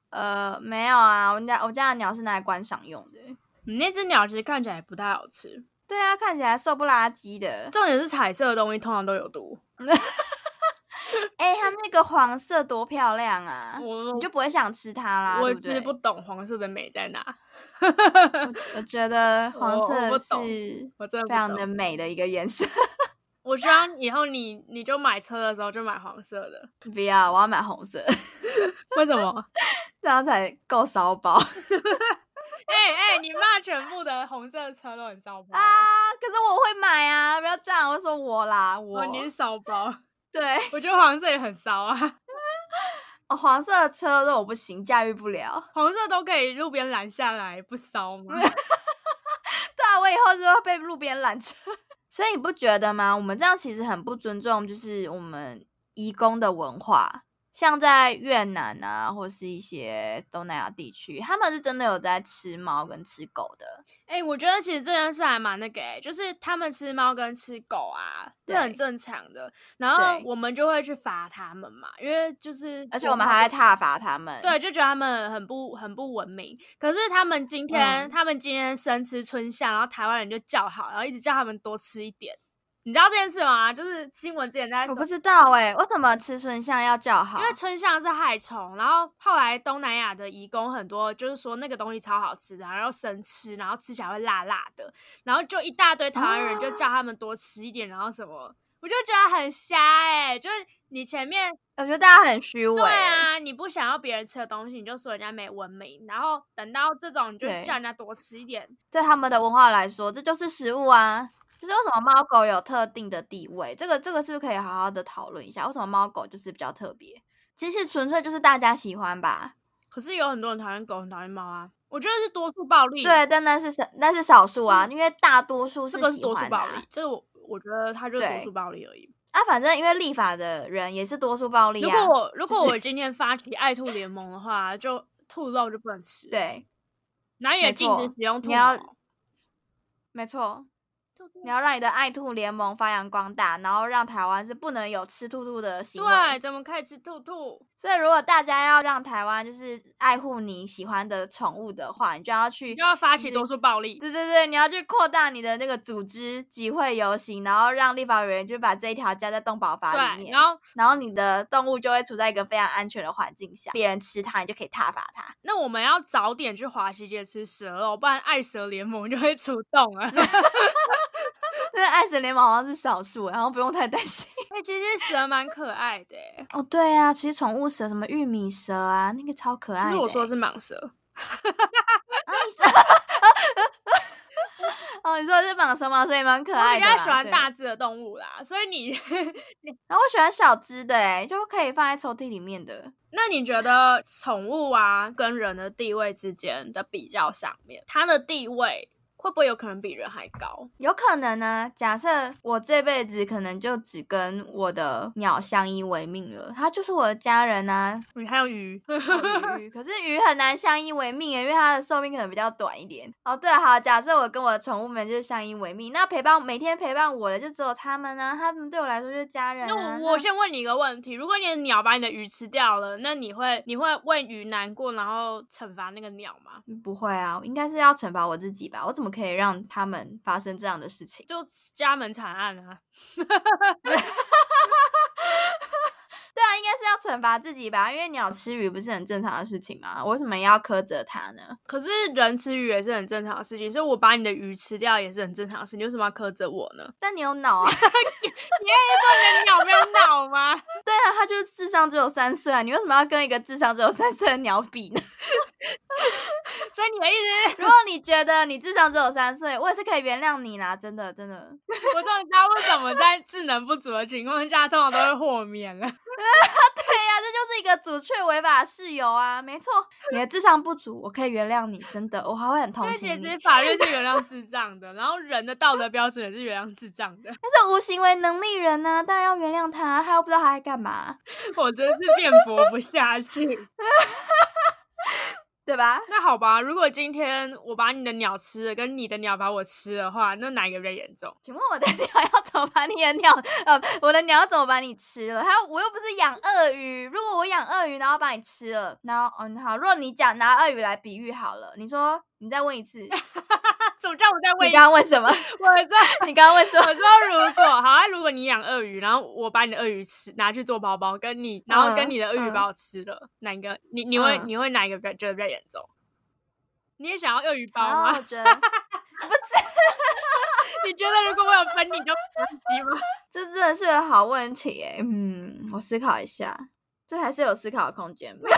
Speaker 1: 呃，没有啊，我们家我家的鸟是拿来观赏用的。
Speaker 2: 你嗯那只鸟其实看起来不太好吃，
Speaker 1: 对啊，看起来瘦不拉几的。
Speaker 2: 重点是彩色的东西通常都有毒。
Speaker 1: 哎、它那个黄色多漂亮啊！
Speaker 2: 我
Speaker 1: 你就不会想吃它啦，
Speaker 2: 我
Speaker 1: 对
Speaker 2: 其实
Speaker 1: 不
Speaker 2: 不
Speaker 1: 对？
Speaker 2: 懂黄色的美
Speaker 1: [laughs]
Speaker 2: 在哪，
Speaker 1: 我我觉得黄
Speaker 2: 我我不
Speaker 1: 色
Speaker 2: 懂
Speaker 1: 是
Speaker 2: 我真的
Speaker 1: 非
Speaker 2: 不
Speaker 1: 常
Speaker 2: 懂
Speaker 1: 的美的一个颜色。 [laughs]
Speaker 2: 我希望以后你你就买车的时候就买黄色
Speaker 1: [laughs]
Speaker 2: 的，
Speaker 1: 不要，我要买红色，
Speaker 2: 为什么？
Speaker 1: 这样才够骚包 [laughs] 啊！
Speaker 2: 哎哎、你骂全部的红色车都很
Speaker 1: 啊
Speaker 2: 骚包
Speaker 1: 可是我会买啊，不要这样，我说我啦，我、
Speaker 2: 哦，你是骚包，
Speaker 1: 对
Speaker 2: 我觉得黄色也很骚啊，
Speaker 1: 哦，黄色的车那我不行，驾驭不了。 [laughs]
Speaker 2: 黄色都可以路边拦下来，不骚吗？
Speaker 1: 啊以后就要被路边拦车。 [laughs] 所以你不觉得吗？我们这样其实很不尊重，就是我们移工的文化。像在越南啊，或是一些东南亚地区，他们是真的有在吃猫跟吃狗的。
Speaker 2: 哎、我觉得其实这件事还蛮那个、欸，就是他们吃猫跟吃狗啊，
Speaker 1: 对
Speaker 2: 这很正常的。然后
Speaker 1: 对
Speaker 2: 我们就会去罚他们嘛，因为就是，
Speaker 1: 而且我们还会挞伐他们。
Speaker 2: 对，，就觉得他们很不很不文明。可是他们今天，
Speaker 1: 嗯
Speaker 2: 他们今天生吃春夏，然后台湾人就叫好，然后一直叫他们多吃一点。你知道这件事吗？就是新闻之前在
Speaker 1: 我
Speaker 2: 说
Speaker 1: 不，知道哎、我怎么吃春象要叫好？
Speaker 2: 因为春夏是害虫，然后后来东南亚的移工很多，就是说那个东西超好吃的，然后生吃，然后吃起来会辣辣的，然后就一大堆台湾人就
Speaker 1: 哦
Speaker 2: 叫他们多吃一点，然后什么，我就觉得很瞎哎、就是你前面
Speaker 1: 我觉得大家很虚伪。
Speaker 2: 对啊，你不想要别人吃的东西，你就说人家没文明，然后等到这种你就
Speaker 1: 对
Speaker 2: 叫人家多吃一点。
Speaker 1: 在他们的文化来说，这就是食物啊。就是为什么猫狗有特定的地位，这个这个是不是可以好好的讨论一下？为什么猫狗就是比较特别？其实纯粹就是大家喜欢吧。
Speaker 2: 可是有很多人讨厌狗，很讨厌猫啊，我觉得是多数暴力。，
Speaker 1: 对，但那是少那是少数啊，因为大多数
Speaker 2: 嗯这个是
Speaker 1: 喜
Speaker 2: 多数
Speaker 1: 欢的
Speaker 2: 暴
Speaker 1: 啊。
Speaker 2: 力，这个我我觉得他就是多
Speaker 1: 对
Speaker 2: 数暴力而已。
Speaker 1: 啊，反正因为立法的人也是多数暴力
Speaker 2: 如
Speaker 1: 啊。
Speaker 2: 果我
Speaker 1: [laughs]
Speaker 2: 如果我今天发起爱兔联盟的话，就兔肉就不能吃，，
Speaker 1: 对，
Speaker 2: 然后也
Speaker 1: 没
Speaker 2: 禁
Speaker 1: 错
Speaker 2: 止使用
Speaker 1: 你
Speaker 2: 兔
Speaker 1: 要
Speaker 2: 毛。
Speaker 1: 没错，
Speaker 2: 兔兔
Speaker 1: 你要让你的爱兔联盟发扬光大，然后让台湾是不能有吃兔兔的行为。
Speaker 2: 对，怎么可以吃兔兔？
Speaker 1: 所以，如果大家要让台湾就是爱护你喜欢的宠物的话，你就要去
Speaker 2: 你就要发起
Speaker 1: 是
Speaker 2: 多数暴力。
Speaker 1: 对对对，你要去扩大你的那个组织集会游行，然后让立法委员就把这一条加在动保法里
Speaker 2: 对，
Speaker 1: 面，
Speaker 2: 然后
Speaker 1: 然后你的动物就会处在一个非常安全的环境下，别人吃它，你就可以挞伐它。 [laughs]
Speaker 2: 那我们要早点去华西街吃蛇肉，不然爱蛇联盟就会出
Speaker 1: [laughs]
Speaker 2: 动了。哎
Speaker 1: 那爱神联盟好像是少数，然后不用太担心。
Speaker 2: 哎、其实蛇蛮可爱的欸、
Speaker 1: 哦，对啊，其实宠物蛇什么玉米蛇啊，那个超可爱
Speaker 2: 其
Speaker 1: 的欸。
Speaker 2: 实我
Speaker 1: [laughs]
Speaker 2: 说的是蟒蛇，
Speaker 1: 啊，你说哦，你说的是蟒蛇吗？所以蛮可
Speaker 2: 我
Speaker 1: 爱
Speaker 2: 比
Speaker 1: 的
Speaker 2: 较
Speaker 1: 啦。
Speaker 2: 喜欢
Speaker 1: 对
Speaker 2: 大只的动物啦，所以你，
Speaker 1: 然后我喜欢小只的、欸，就可以放在抽屉里面的。
Speaker 2: 那你觉得宠物啊跟人的地位之间的比较上面，它的地位会不会有可能比人还高？
Speaker 1: 有可能呢、假设我这辈子可能就只跟我的鸟相依为命了，它就是我的家人啊。
Speaker 2: 你还有 [laughs] 鱼，
Speaker 1: 还有鱼，可是鱼很难相依为命欸耶，因为它的寿命可能比较短一点。哦，对，好，假设我跟我的宠物们就是相依为命，那陪伴每天陪伴我的就只有它们啊，它们对我来说就是家人、啊。
Speaker 2: 那我我先问你一个问题：如果你的鸟把你的鱼吃掉了，那你会你会为鱼难过，然后惩罚那个鸟吗？
Speaker 1: 不会啊，应该是要惩罚我自己吧？我怎么可以让他们发生这样的事情？
Speaker 2: 就家门惨案啊！
Speaker 1: 对啊，应该是要惩罚自己吧，因为鸟吃鱼不是很正常的事情嘛，我为什么要苛责它呢？ [laughs]
Speaker 2: 可是人吃鱼也是很正常的事情，所以我把你的鱼吃掉也是很正常的事情，你为什么要苛责我 [laughs] 呢？
Speaker 1: 但你有脑啊，
Speaker 2: 你有没有脑吗？
Speaker 1: 对啊，它就是智商只有三岁啊，你为什么要跟一个智商只有三岁的鸟比呢？
Speaker 2: [laughs]
Speaker 1: [laughs]
Speaker 2: 所以你的意思
Speaker 1: 如果你觉得你智商只有三岁，我也是可以原谅你啦，真的真 [laughs] 的。
Speaker 2: 是，我终于知道为什么在智能不足的情况下，通常都会豁免了。
Speaker 1: 对呀、这就是一个主却违法事由啊，没错，你的智商不足，我可以原谅你，真的，我还会很同
Speaker 2: 所以其
Speaker 1: 情你。
Speaker 2: 实法律是原谅智障的，然后人的道德标准也是原谅智障的。
Speaker 1: 但是无行为能力人呢、当然要原谅他，他又不知道他在干嘛，
Speaker 2: 我真是辩驳不下去。 [laughs]
Speaker 1: 对吧？
Speaker 2: 那好吧，如果今天我把你的鸟吃了，跟你的鸟把我吃的话，那哪一个比较严重？ [laughs]
Speaker 1: 请问我的 [laughs] 鸟要怎么把你的鸟？呃，我的鸟要怎么把你吃了？还有，我又不是养鳄鱼。如果我养鳄鱼，然后把你吃了，然后嗯、好，如果你讲拿鳄鱼来比喻好了，你说你再问一次，你
Speaker 2: 怎么叫我在问
Speaker 1: 刚？刚问什么？
Speaker 2: 我在
Speaker 1: [laughs] 你刚刚问什么？
Speaker 2: 我说如果好啊，如果你养鳄鱼，然后我把你的鳄鱼吃拿去做包包，跟你，然后跟你的鳄鱼
Speaker 1: 嗯
Speaker 2: 把我吃了，哪一个？你你会、
Speaker 1: 嗯
Speaker 2: 你会哪一个比较觉得比较严重？你也想要鳄鱼包
Speaker 1: 然后哦
Speaker 2: 吗？
Speaker 1: 我
Speaker 2: [laughs]
Speaker 1: 觉得
Speaker 2: 你觉得如果我有分你就没关系吗？
Speaker 1: 这真的是个好欸问题诶、嗯，我思考一下，这还是有思考的空间吧。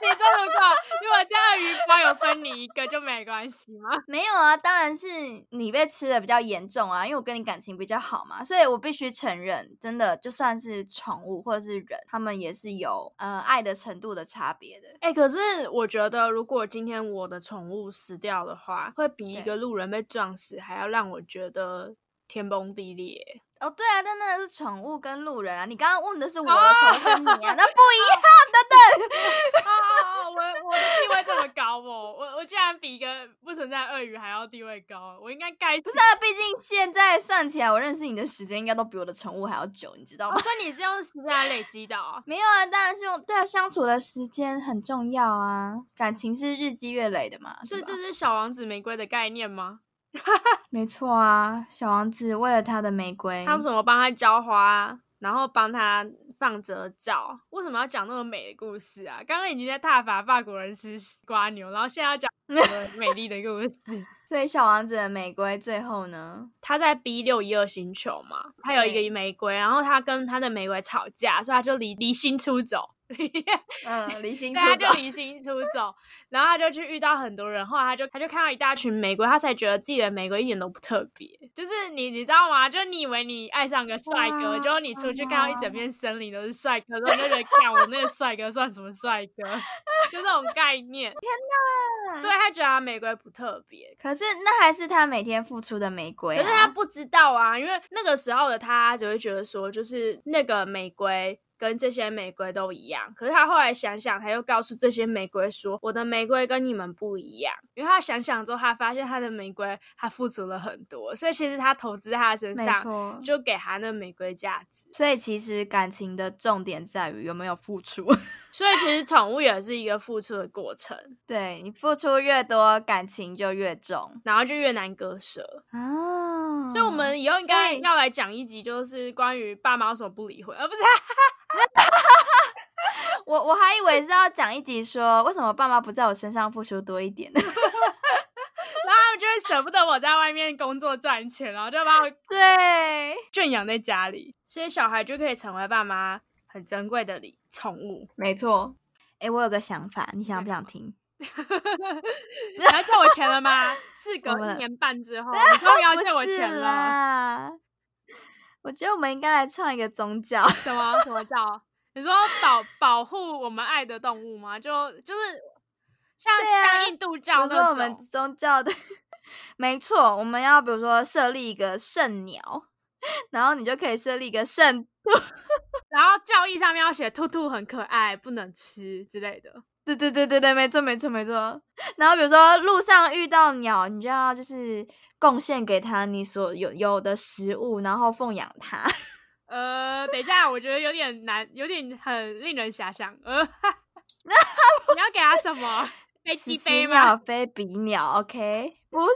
Speaker 2: 你说如果如果这样鱼包有分你一个就没关系吗？
Speaker 1: 没有啊，当然是你被吃的比较严重啊，因为我跟你感情比较好嘛，所以我必须承认，真的就算是宠物或者是人，他们也是有呃爱的程度的差别的。
Speaker 2: 哎、可是我觉得如果今天我的宠物死掉的话，会比一
Speaker 1: 对
Speaker 2: 个路人被撞死还要让我觉得天崩地 [laughs] 裂。
Speaker 1: 哦，对啊，但那个是宠物跟路人啊，你刚刚问的是我的宠物跟你啊，那不一样。
Speaker 2: 哦哦哦，我的我的地位这么高哦，我我竟然比一个不存在的鳄鱼还要地位高，我应该盖
Speaker 1: 不是啊，毕竟现在算起来，我认识你的时间应该都比我的宠物还要久，你知道吗 [laughs]
Speaker 2: 我？说哦你是用时间来累积的 [laughs] 哦。
Speaker 1: 没有啊，当然是用对啊，相处的时间很重要啊，感情是日积月累的嘛，
Speaker 2: 所
Speaker 1: 对
Speaker 2: 以
Speaker 1: 吧
Speaker 2: 这是小王子玫瑰的概念吗？
Speaker 1: 没错啊。小王子为了他的玫瑰，
Speaker 2: 他们怎么帮他浇花，然后帮他放折照？为什么要讲那么美的故事啊？刚刚已经在挞伐法国人吃瓜牛，然后现在要讲我们美丽的故事。
Speaker 1: 所以小王子的玫瑰最后呢，
Speaker 2: 他在 B 六一二星球嘛，他有一
Speaker 1: 对
Speaker 2: 个玫瑰，然后他跟他的玫瑰吵架，所以他就离离心出走。
Speaker 1: 嗯，离经
Speaker 2: 对，
Speaker 1: 出
Speaker 2: 他
Speaker 1: 走
Speaker 2: 就，离心出走，然后他就去遇到很多人，后来他就他就看到一大群玫瑰，他才觉得自己的玫瑰一点都不特别。就是你你知道吗？就你以为你爱上个帅哥，
Speaker 1: 哇
Speaker 2: 结果你出去看到一整片森林都是帅哥，然后你就觉得看我那个帅哥算什么帅哥？ [laughs] 就这种概念。天哪！对他觉得他玫瑰不特别。
Speaker 1: 可是那还是他每天付出的玫瑰、
Speaker 2: 可
Speaker 1: 啊，
Speaker 2: 是他不知道啊，因为那个时候的他只会觉得说，就是那个玫瑰跟这些玫瑰都一样。可是他后来想想，他又告诉这些玫瑰说，我的玫瑰跟你们不一样。因为他想想之后，他发现他的玫瑰他付出了很多，所以其实他投资在他身
Speaker 1: 没
Speaker 2: 上，
Speaker 1: 错。
Speaker 2: 就给他那玫瑰价值。
Speaker 1: 所以其实感情的重点在于有没有付出， [laughs]
Speaker 2: 所以其实宠物也是一个付出的过程，
Speaker 1: 对你付出越多，感情就越重
Speaker 2: 然后就越难割舍。
Speaker 1: 啊。
Speaker 2: 所以我们以后应该
Speaker 1: 所以
Speaker 2: 要来讲一集，就是关于爸妈为什么不离婚，而、不是
Speaker 1: 我我还以为是要讲一集说为什么爸妈不在我身上付出多一点，
Speaker 2: 然后他们就会舍不得我在外面工作赚钱，然后就把我
Speaker 1: [laughs] 对，
Speaker 2: 圈养在家里，所以小孩就可以成为爸妈很珍贵的礼宠物。
Speaker 1: 没错。哎、我有个想法，你想不
Speaker 2: 干
Speaker 1: 想听？
Speaker 2: 你要欠我钱了吗？事隔
Speaker 1: 我们
Speaker 2: 一
Speaker 1: 的
Speaker 2: 年
Speaker 1: [laughs]
Speaker 2: 半之后，你终于要
Speaker 1: 不
Speaker 2: 欠我
Speaker 1: 是
Speaker 2: 钱了。
Speaker 1: 啦。我觉得我们应该来创一个宗教，
Speaker 2: 什么什么叫？你说保保护我们爱的动物吗？就就是像、
Speaker 1: 对啊
Speaker 2: 像印度
Speaker 1: 比
Speaker 2: 教
Speaker 1: 如说
Speaker 2: 那
Speaker 1: 我们
Speaker 2: 种，
Speaker 1: 宗教的，没错，我们要比如说设立一个圣鸟，然后你就可以设立一个圣，
Speaker 2: 然后教义上面要写兔兔很可爱，不能吃之类的。
Speaker 1: 对对对对对，没错没错没错。然后比如说路上遇到鸟，你就要就是贡献给它你所有有的食物，然后奉养它。
Speaker 2: 呃，等一下，我觉得有点难，有点很令人遐想。呃，你要给他什么？飞
Speaker 1: 此
Speaker 2: 机
Speaker 1: 此
Speaker 2: 杯
Speaker 1: 鸟
Speaker 2: 吗？
Speaker 1: 非彼鸟，OK？不 [laughs] 是。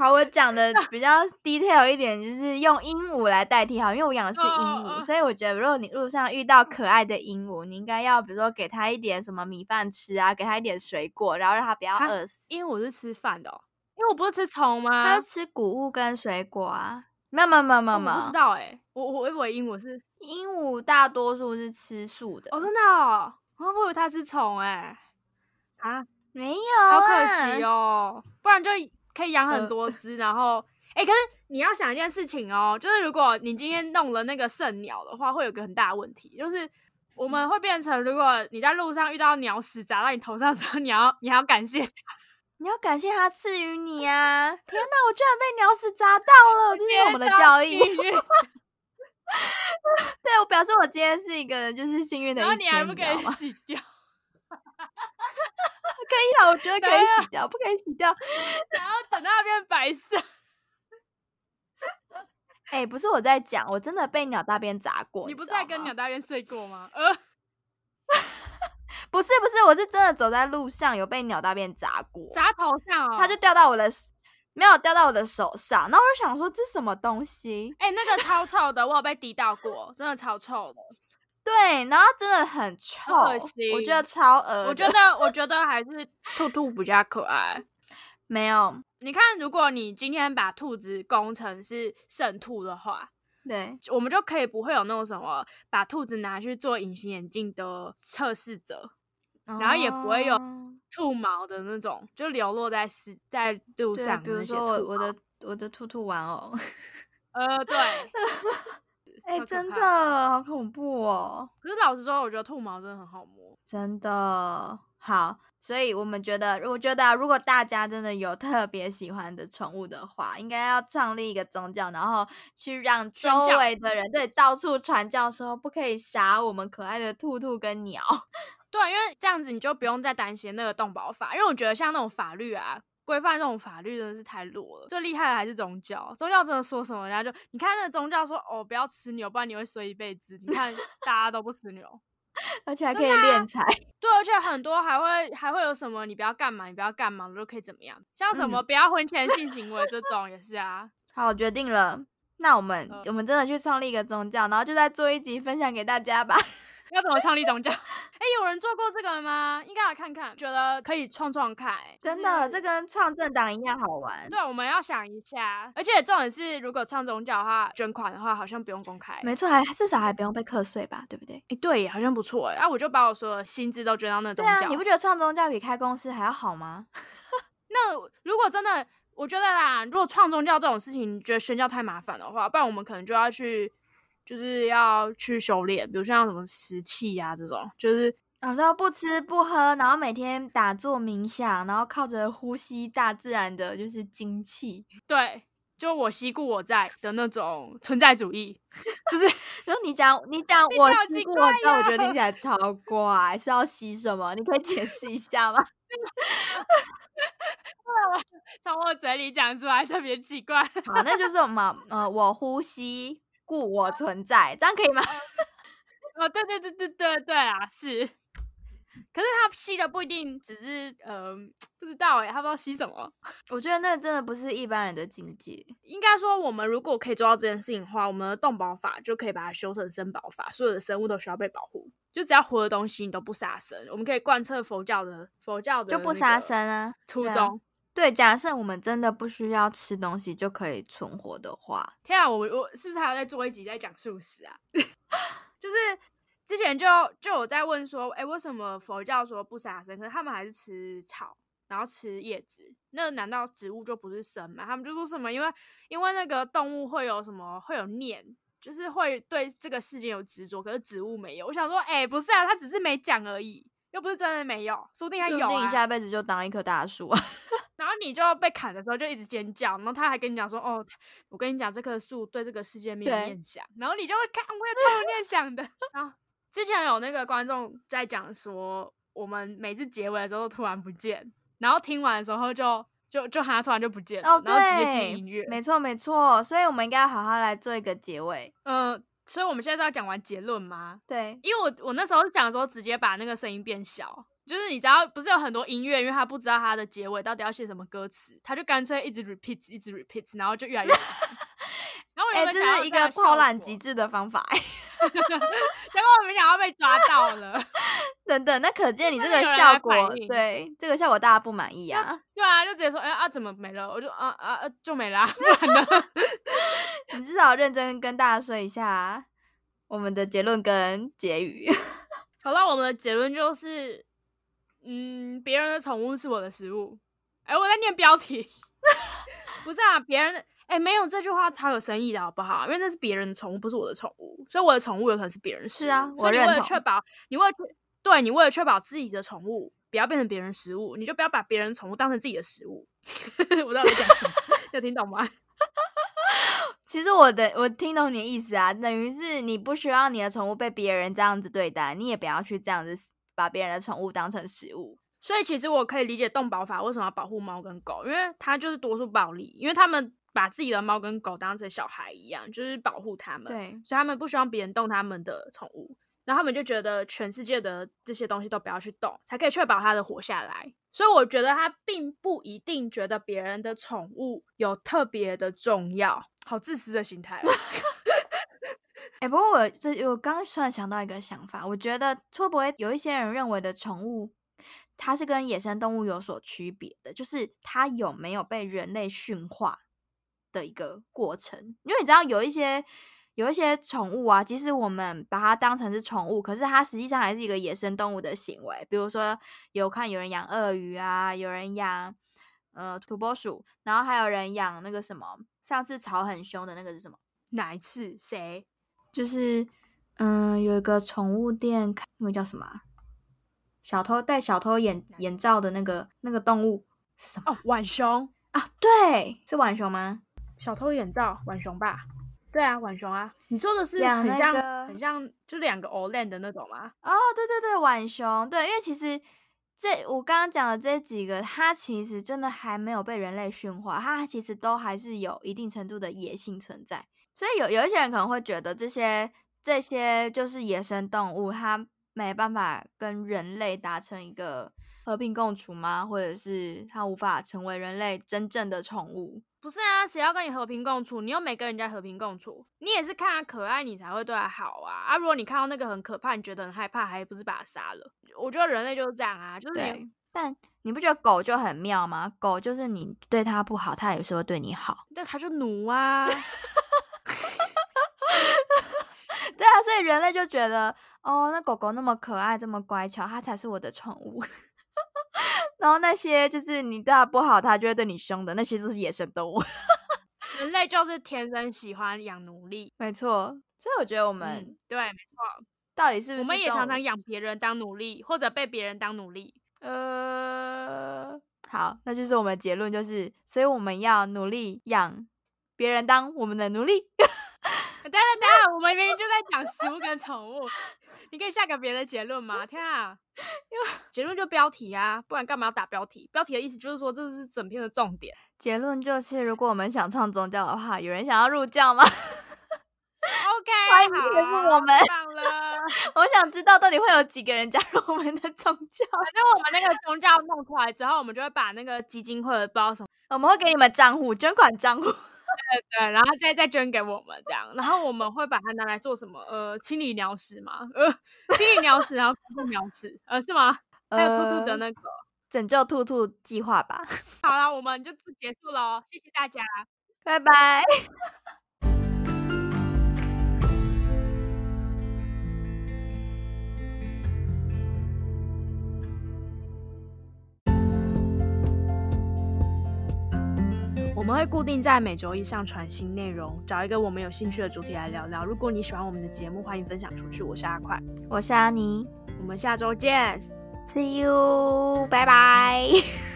Speaker 1: 好，我讲
Speaker 2: [laughs]
Speaker 1: 的比较 detail 一点，就是用鹦鹉来代替好，因为我养的是鹦鹉
Speaker 2: 哦哦
Speaker 1: 所以我觉得如果你路上遇到可爱的鹦鹉，你应该要比如说给它一点什么米饭吃啊，给它一点水果，然后让它不要
Speaker 2: 它
Speaker 1: 饿死。
Speaker 2: 因为我是吃饭的、哦，因为我不是吃虫
Speaker 1: 它
Speaker 2: 吗？
Speaker 1: 就吃谷物跟水果啊。没有没有没有没有
Speaker 2: 哦
Speaker 1: 没
Speaker 2: 我不知
Speaker 1: 有，
Speaker 2: 道哎、我我我以为鹦鹉是
Speaker 1: 鹦鹉大多数是吃素的。
Speaker 2: 哦，真的哦，哦我以为它是虫哎、啊，
Speaker 1: 没有，啊
Speaker 2: 好可惜。哦，不然就可以养很
Speaker 1: 呃
Speaker 2: 多只，然后哎、可是你要想一件事情哦，就是如果你今天弄了那个圣鸟的话，会有个很大的问题，就是我们会变成，如果你在路上遇到鸟屎砸到你头上的时候，你要你还要
Speaker 1: [laughs]
Speaker 2: 感谢它，
Speaker 1: 你要感谢它赐予你啊！天哪，我居然被鸟屎砸到
Speaker 2: [laughs]
Speaker 1: 了，这是我们的教义。 [laughs]
Speaker 2: 幸运
Speaker 1: 对我表示我今天是一个就是幸运的一
Speaker 2: 然后你还
Speaker 1: 天
Speaker 2: 不
Speaker 1: 你
Speaker 2: 可
Speaker 1: 知道
Speaker 2: 以
Speaker 1: 吗
Speaker 2: 洗掉， [laughs]
Speaker 1: 可以 [laughs] 啊，我觉得可
Speaker 2: 对
Speaker 1: 以
Speaker 2: 啊
Speaker 1: 洗掉，不可以洗掉。
Speaker 2: 然后等到它变
Speaker 1: [laughs]
Speaker 2: 白色。
Speaker 1: 哎、不是我在讲，我真的被鸟大便砸过。
Speaker 2: 你不是
Speaker 1: 知道啊
Speaker 2: 在跟
Speaker 1: 吗
Speaker 2: 鸟大便睡过吗？呃，
Speaker 1: 不是不是，我是真的走在路上有被鸟大便砸过，
Speaker 2: 砸头上哦，
Speaker 1: 它就掉到我的没有掉到我的手上，然后我就想说这是什么东西？
Speaker 2: 哎、那个超臭的，我有被 [laughs] 滴到过，真的超臭的。
Speaker 1: 对，然后它真的很臭，
Speaker 2: 恶
Speaker 1: 我觉得
Speaker 2: 心
Speaker 1: 超恶的。
Speaker 2: 我觉得，我觉得还是兔兔比较可爱。
Speaker 1: 没有
Speaker 2: 你看，如果你今天把兔子拱成是圣兔的话，
Speaker 1: 对，
Speaker 2: 我们就可以不会有那种什么把兔子拿去做隐形眼镜的测试者，
Speaker 1: 然
Speaker 2: 后也不会有
Speaker 1: 哦
Speaker 2: 兔毛的那种，就流落在市在路
Speaker 1: 对，啊
Speaker 2: 上
Speaker 1: 比
Speaker 2: 的那
Speaker 1: 如
Speaker 2: 些
Speaker 1: 说我
Speaker 2: 兔
Speaker 1: 我
Speaker 2: 毛
Speaker 1: 的我的兔兔玩偶， [laughs]
Speaker 2: 呃对， [laughs]
Speaker 1: 哎、
Speaker 2: 超可
Speaker 1: 真
Speaker 2: 怕
Speaker 1: 的好恐怖哦，
Speaker 2: 可是老实说，我觉得兔毛真的很好摸。
Speaker 1: 真的好。所以我们觉得，我觉得啊、如果大家真的有特别喜欢的宠物的话，应该要创立一个宗教，然后去让
Speaker 2: 宣
Speaker 1: 周
Speaker 2: 教
Speaker 1: 围的人对到处传教说，不可以杀我们可爱的兔兔跟鸟。 [laughs]
Speaker 2: 对，因为这样子你就不用再担心那个动保法，因为我觉得像那种法律啊。规范这种法律真的是太弱了，最厉害的还是宗教。宗教真的说什么，人家就你看那个宗教说哦，不要吃牛，不然你会衰一辈子。你看大家都不吃牛，
Speaker 1: 而且还可以敛财。 [laughs]
Speaker 2: 对，而且很多还会还会有什么你不要干嘛，你不要干嘛，我就可以怎么样，像什
Speaker 1: 嗯
Speaker 2: 么不要婚前性行为这种也是啊。
Speaker 1: 好，我决定了。那我们、
Speaker 2: 嗯
Speaker 1: 我们真的去创立一个宗教，然后就再做一集分享给大家吧。 [laughs]
Speaker 2: 要怎么创立宗教？哎、 [laughs] 有人做过这个吗？应该来看看，觉得可以创创看、欸。
Speaker 1: 真的，这
Speaker 2: 个。
Speaker 1: 跟创政党一样好玩。
Speaker 2: 对，我们要想一下，而且重点是，如果唱宗教的话，捐款的话好像不用公开。
Speaker 1: 没错，还至少还不用被课税吧，对不对？
Speaker 2: 诶对耶，好像不错哎。啊，我就把我所有的薪资都捐到那宗
Speaker 1: 对
Speaker 2: 教。
Speaker 1: 啊，你不觉得创宗教比开公司还要好吗？
Speaker 2: 那如果真的，我觉得啦，如果创宗教这种事情，你觉得宣教太麻烦的话，不然我们可能就要去，就是要去修炼，比如像什么石器呀、这种，就是
Speaker 1: 然后不吃不喝，然后每天打坐冥想，然后靠着呼吸大自然的就是精气。
Speaker 2: 对，就我西故我在的那种存在主义， [laughs] 就是
Speaker 1: 然后你讲你讲
Speaker 2: 听起
Speaker 1: 我
Speaker 2: 来好
Speaker 1: 吃
Speaker 2: 奇
Speaker 1: 过，
Speaker 2: 怪
Speaker 1: 我知道我觉得
Speaker 2: 呀
Speaker 1: 听起来超怪，是要洗什么？你可以解释一下吗？
Speaker 2: 从我嘴里讲出来特别奇怪。
Speaker 1: [laughs] 好，那就是我们呃，我呼吸故我存在，这样可以吗？
Speaker 2: 哦，对对对对对对啊，是。可是他吸的不一定只是，呃，不知道哎、他不知道吸什么。
Speaker 1: 我觉得那真的不是一般人的境界。
Speaker 2: 应该说，我们如果可以做到这件事情的话，我们的动保法就可以把它修成生保法，所有的生物都需要被保护。就只要活的东西，你都不杀生，我们可以贯彻佛教的佛教的
Speaker 1: 就不杀生啊
Speaker 2: 初
Speaker 1: 对啊
Speaker 2: 衷。
Speaker 1: 对，假设我们真的不需要吃东西就可以存活的话，
Speaker 2: 天啊，我我是不是还要再做一集在讲素食啊？ [laughs] 就是之前就就有在问说，哎、为什么佛教说不杀生，可是他们还是吃草，然后吃叶子？那难道植物就不是生吗？他们就说什么，因为因为那个动物会有什么会有念。就是会对这个世界有执着，可是植物没有。我想说，哎、不是啊，他只是没讲而已，又不是真的没有，说不定还
Speaker 1: 说
Speaker 2: 有
Speaker 1: 不定
Speaker 2: 啊。
Speaker 1: 你下辈子就当一棵大树啊！
Speaker 2: 然后你就被砍的时候就一直尖叫，然后他还跟你讲说：“哦，我跟你讲，这棵树对这个世界没有
Speaker 1: 对
Speaker 2: 念想。”然后你就会看，我也超有念想的。 [laughs] 然后之前有那个观众在讲说，我们每次结尾的时候都突然不见，然后听完的时候就就就他突然就不见了，
Speaker 1: 哦，
Speaker 2: 然后直接进
Speaker 1: 对
Speaker 2: 音乐，。
Speaker 1: 没错没错，所以我们应该好好来做一个结尾。
Speaker 2: 嗯、所以我们现在是要讲完结论吗？
Speaker 1: 对，
Speaker 2: 因为我我那时候是想说直接把那个声音变小，就是你知道不是有很多音乐，因为他不知道他的结尾到底要写什么歌词，他就干脆一直 repeat 一直 repeat，然后就越来越小
Speaker 1: [laughs]
Speaker 2: 声。然后我
Speaker 1: 哎、
Speaker 2: 原本
Speaker 1: 这
Speaker 2: 想要
Speaker 1: 是
Speaker 2: 有
Speaker 1: 一
Speaker 2: 样
Speaker 1: 个
Speaker 2: 的
Speaker 1: 偷
Speaker 2: 效
Speaker 1: 懒
Speaker 2: 果
Speaker 1: 极致的方法、 [laughs]
Speaker 2: 结果我没想到被抓到了。 [laughs]
Speaker 1: 等等，那可见你这
Speaker 2: 真的
Speaker 1: 个
Speaker 2: 有人
Speaker 1: 效
Speaker 2: 来
Speaker 1: 果
Speaker 2: 反应，
Speaker 1: 对这个效果大家不满意
Speaker 2: [laughs]
Speaker 1: 啊？
Speaker 2: 对啊，就直接说，哎、啊怎么没了？我就啊啊啊就没啦，不然呢？
Speaker 1: 你至少认真跟大家说一下啊我们的结论跟结语。
Speaker 2: 好了，我们的结论就是，嗯，别人的宠物是我的食物。哎、我在念标题， [laughs] 不是啊，别人的哎、没有这句话超有深意的好不好？因为那是别人的宠物，不是我的宠物，所以我的宠物有可能是别人的食物。
Speaker 1: 是啊我
Speaker 2: 所以你为
Speaker 1: 认
Speaker 2: 了
Speaker 1: 同
Speaker 2: 确保，你为了确对你为了确保自己的宠物不要变成别人食物，你就不要把别人的宠物当成自己的食物。 [laughs] 我到底在讲什么？ [laughs] 有听懂吗？
Speaker 1: 其实我的我听懂你的意思啊，等于是你不需要你的宠物被别人这样子对待，你也不要去这样子把别人的宠物当成食物。
Speaker 2: 所以其实我可以理解动保法为什么要保护猫跟狗，因为它就是多数暴力，因为他们把自己的猫跟狗当成小孩一样，就是保护他们，
Speaker 1: 对，
Speaker 2: 所以他们不希望别人动他们的宠物，然后他们就觉得全世界的这些东西都不要去动，才可以确保它的活下来。所以我觉得他并不一定觉得别人的宠物有特别的重要，好自私的心态哦。
Speaker 1: 哎、不过我这我刚刚突然想到一个想法，我觉得会不会有一些人认为的宠物，它是跟野生动物有所区别的，就是它有没有被人类驯化的一个过程？因为你知道有一些有一些宠物啊，即使我们把它当成是宠物，可是它实际上还是一个野生动物的行为。比如说，有看有人养鳄鱼啊，有人养呃土拨鼠，然后还有人养那个什么，上次吵很凶的那个是什么？
Speaker 2: 哪一次？谁？
Speaker 1: 就是嗯、有一个宠物店，那个叫什么啊、小偷戴小偷眼眼罩的那个那个动物是什么
Speaker 2: 哦，浣熊，
Speaker 1: 啊？对，是浣熊吗？
Speaker 2: 小偷眼罩，浣熊吧？对啊，浣熊啊。你说的是
Speaker 1: 养
Speaker 2: 很
Speaker 1: 那
Speaker 2: 像、
Speaker 1: 个
Speaker 2: 很像，就两个 Olan 的那种吗？
Speaker 1: 哦，对对对，浣熊，对，因为其实这我刚刚讲的这几个，它其实真的还没有被人类驯化，它其实都还是有一定程度的野性存在。所以有有一些人可能会觉得这些这些就是野生动物，它没办法跟人类达成一个和平共处吗？或者是它无法成为人类真正的宠物？
Speaker 2: 不是啊，谁要跟你和平共处？你又没跟人家和平共处，你也是看他可爱，你才会对他好啊。啊，如果你看到那个很可怕，你觉得很害怕，还不是把他杀了？我觉得人类就是这样啊，就是你
Speaker 1: 对，但你不觉得狗就很妙吗？狗就是你对它不好，它有时候对你好。
Speaker 2: 对他就
Speaker 1: [laughs]
Speaker 2: 奴啊。
Speaker 1: 对啊，所以人类就觉得，哦，那狗狗那么可爱，这么乖巧，它才是我的宠物。 [laughs] 然后那些就是你对它不好，它就会对你凶的，那些都是野生动物。 [laughs]
Speaker 2: 人类就是天生喜欢养奴隶。
Speaker 1: 没错，所以我觉得我
Speaker 2: 我
Speaker 1: 们
Speaker 2: 对，没错，
Speaker 1: 到底是不是
Speaker 2: 嗯我们也
Speaker 1: 动
Speaker 2: 常
Speaker 1: 物
Speaker 2: 常养别人当奴隶，或者被别人当奴隶。
Speaker 1: 呃，好，那就是我们的结论就是，所以我们要努力养别人当我们的奴隶。 [laughs]
Speaker 2: 等等等等，我们明明就在讲食物跟宠物，你可以下个别的结论吗？天
Speaker 1: [laughs]
Speaker 2: 啊，结论就标题啊，不然干嘛要打标题？标题的意思就是说这是整篇的重点。
Speaker 1: 结论就是，如果我们想唱宗教的话，有人想要入教吗？ [laughs]
Speaker 2: OK，
Speaker 1: 欢迎回复
Speaker 2: 好
Speaker 1: 我们
Speaker 2: 太
Speaker 1: [laughs]
Speaker 2: 棒了，
Speaker 1: 我想知道到底会有几个人加入我们的宗教。
Speaker 2: 反正我们那个宗教弄出来之后，我们就会把那个基金会的不知道什么
Speaker 1: 我们会给你们账户，捐款账户。
Speaker 2: 对，然后再再捐给我们这样，然后我们会把它拿来做什么？呃，清理鸟屎嘛，呃，清理鸟屎，然后 [laughs] 公布鸟屎，呃，是吗？还有兔兔的
Speaker 1: 呃
Speaker 2: 那个。
Speaker 1: 拯救兔兔计划吧， [laughs]
Speaker 2: 好了，我们就结束喽，谢谢大家。
Speaker 1: 拜拜。
Speaker 2: 我们会固定在每周一上传新内容，找一个我们有兴趣的主题来聊聊。如果你喜欢我们的节目，欢迎分享出去。我是阿快，
Speaker 1: 我是阿妮
Speaker 2: 我们下周见。
Speaker 1: ，See you，拜拜。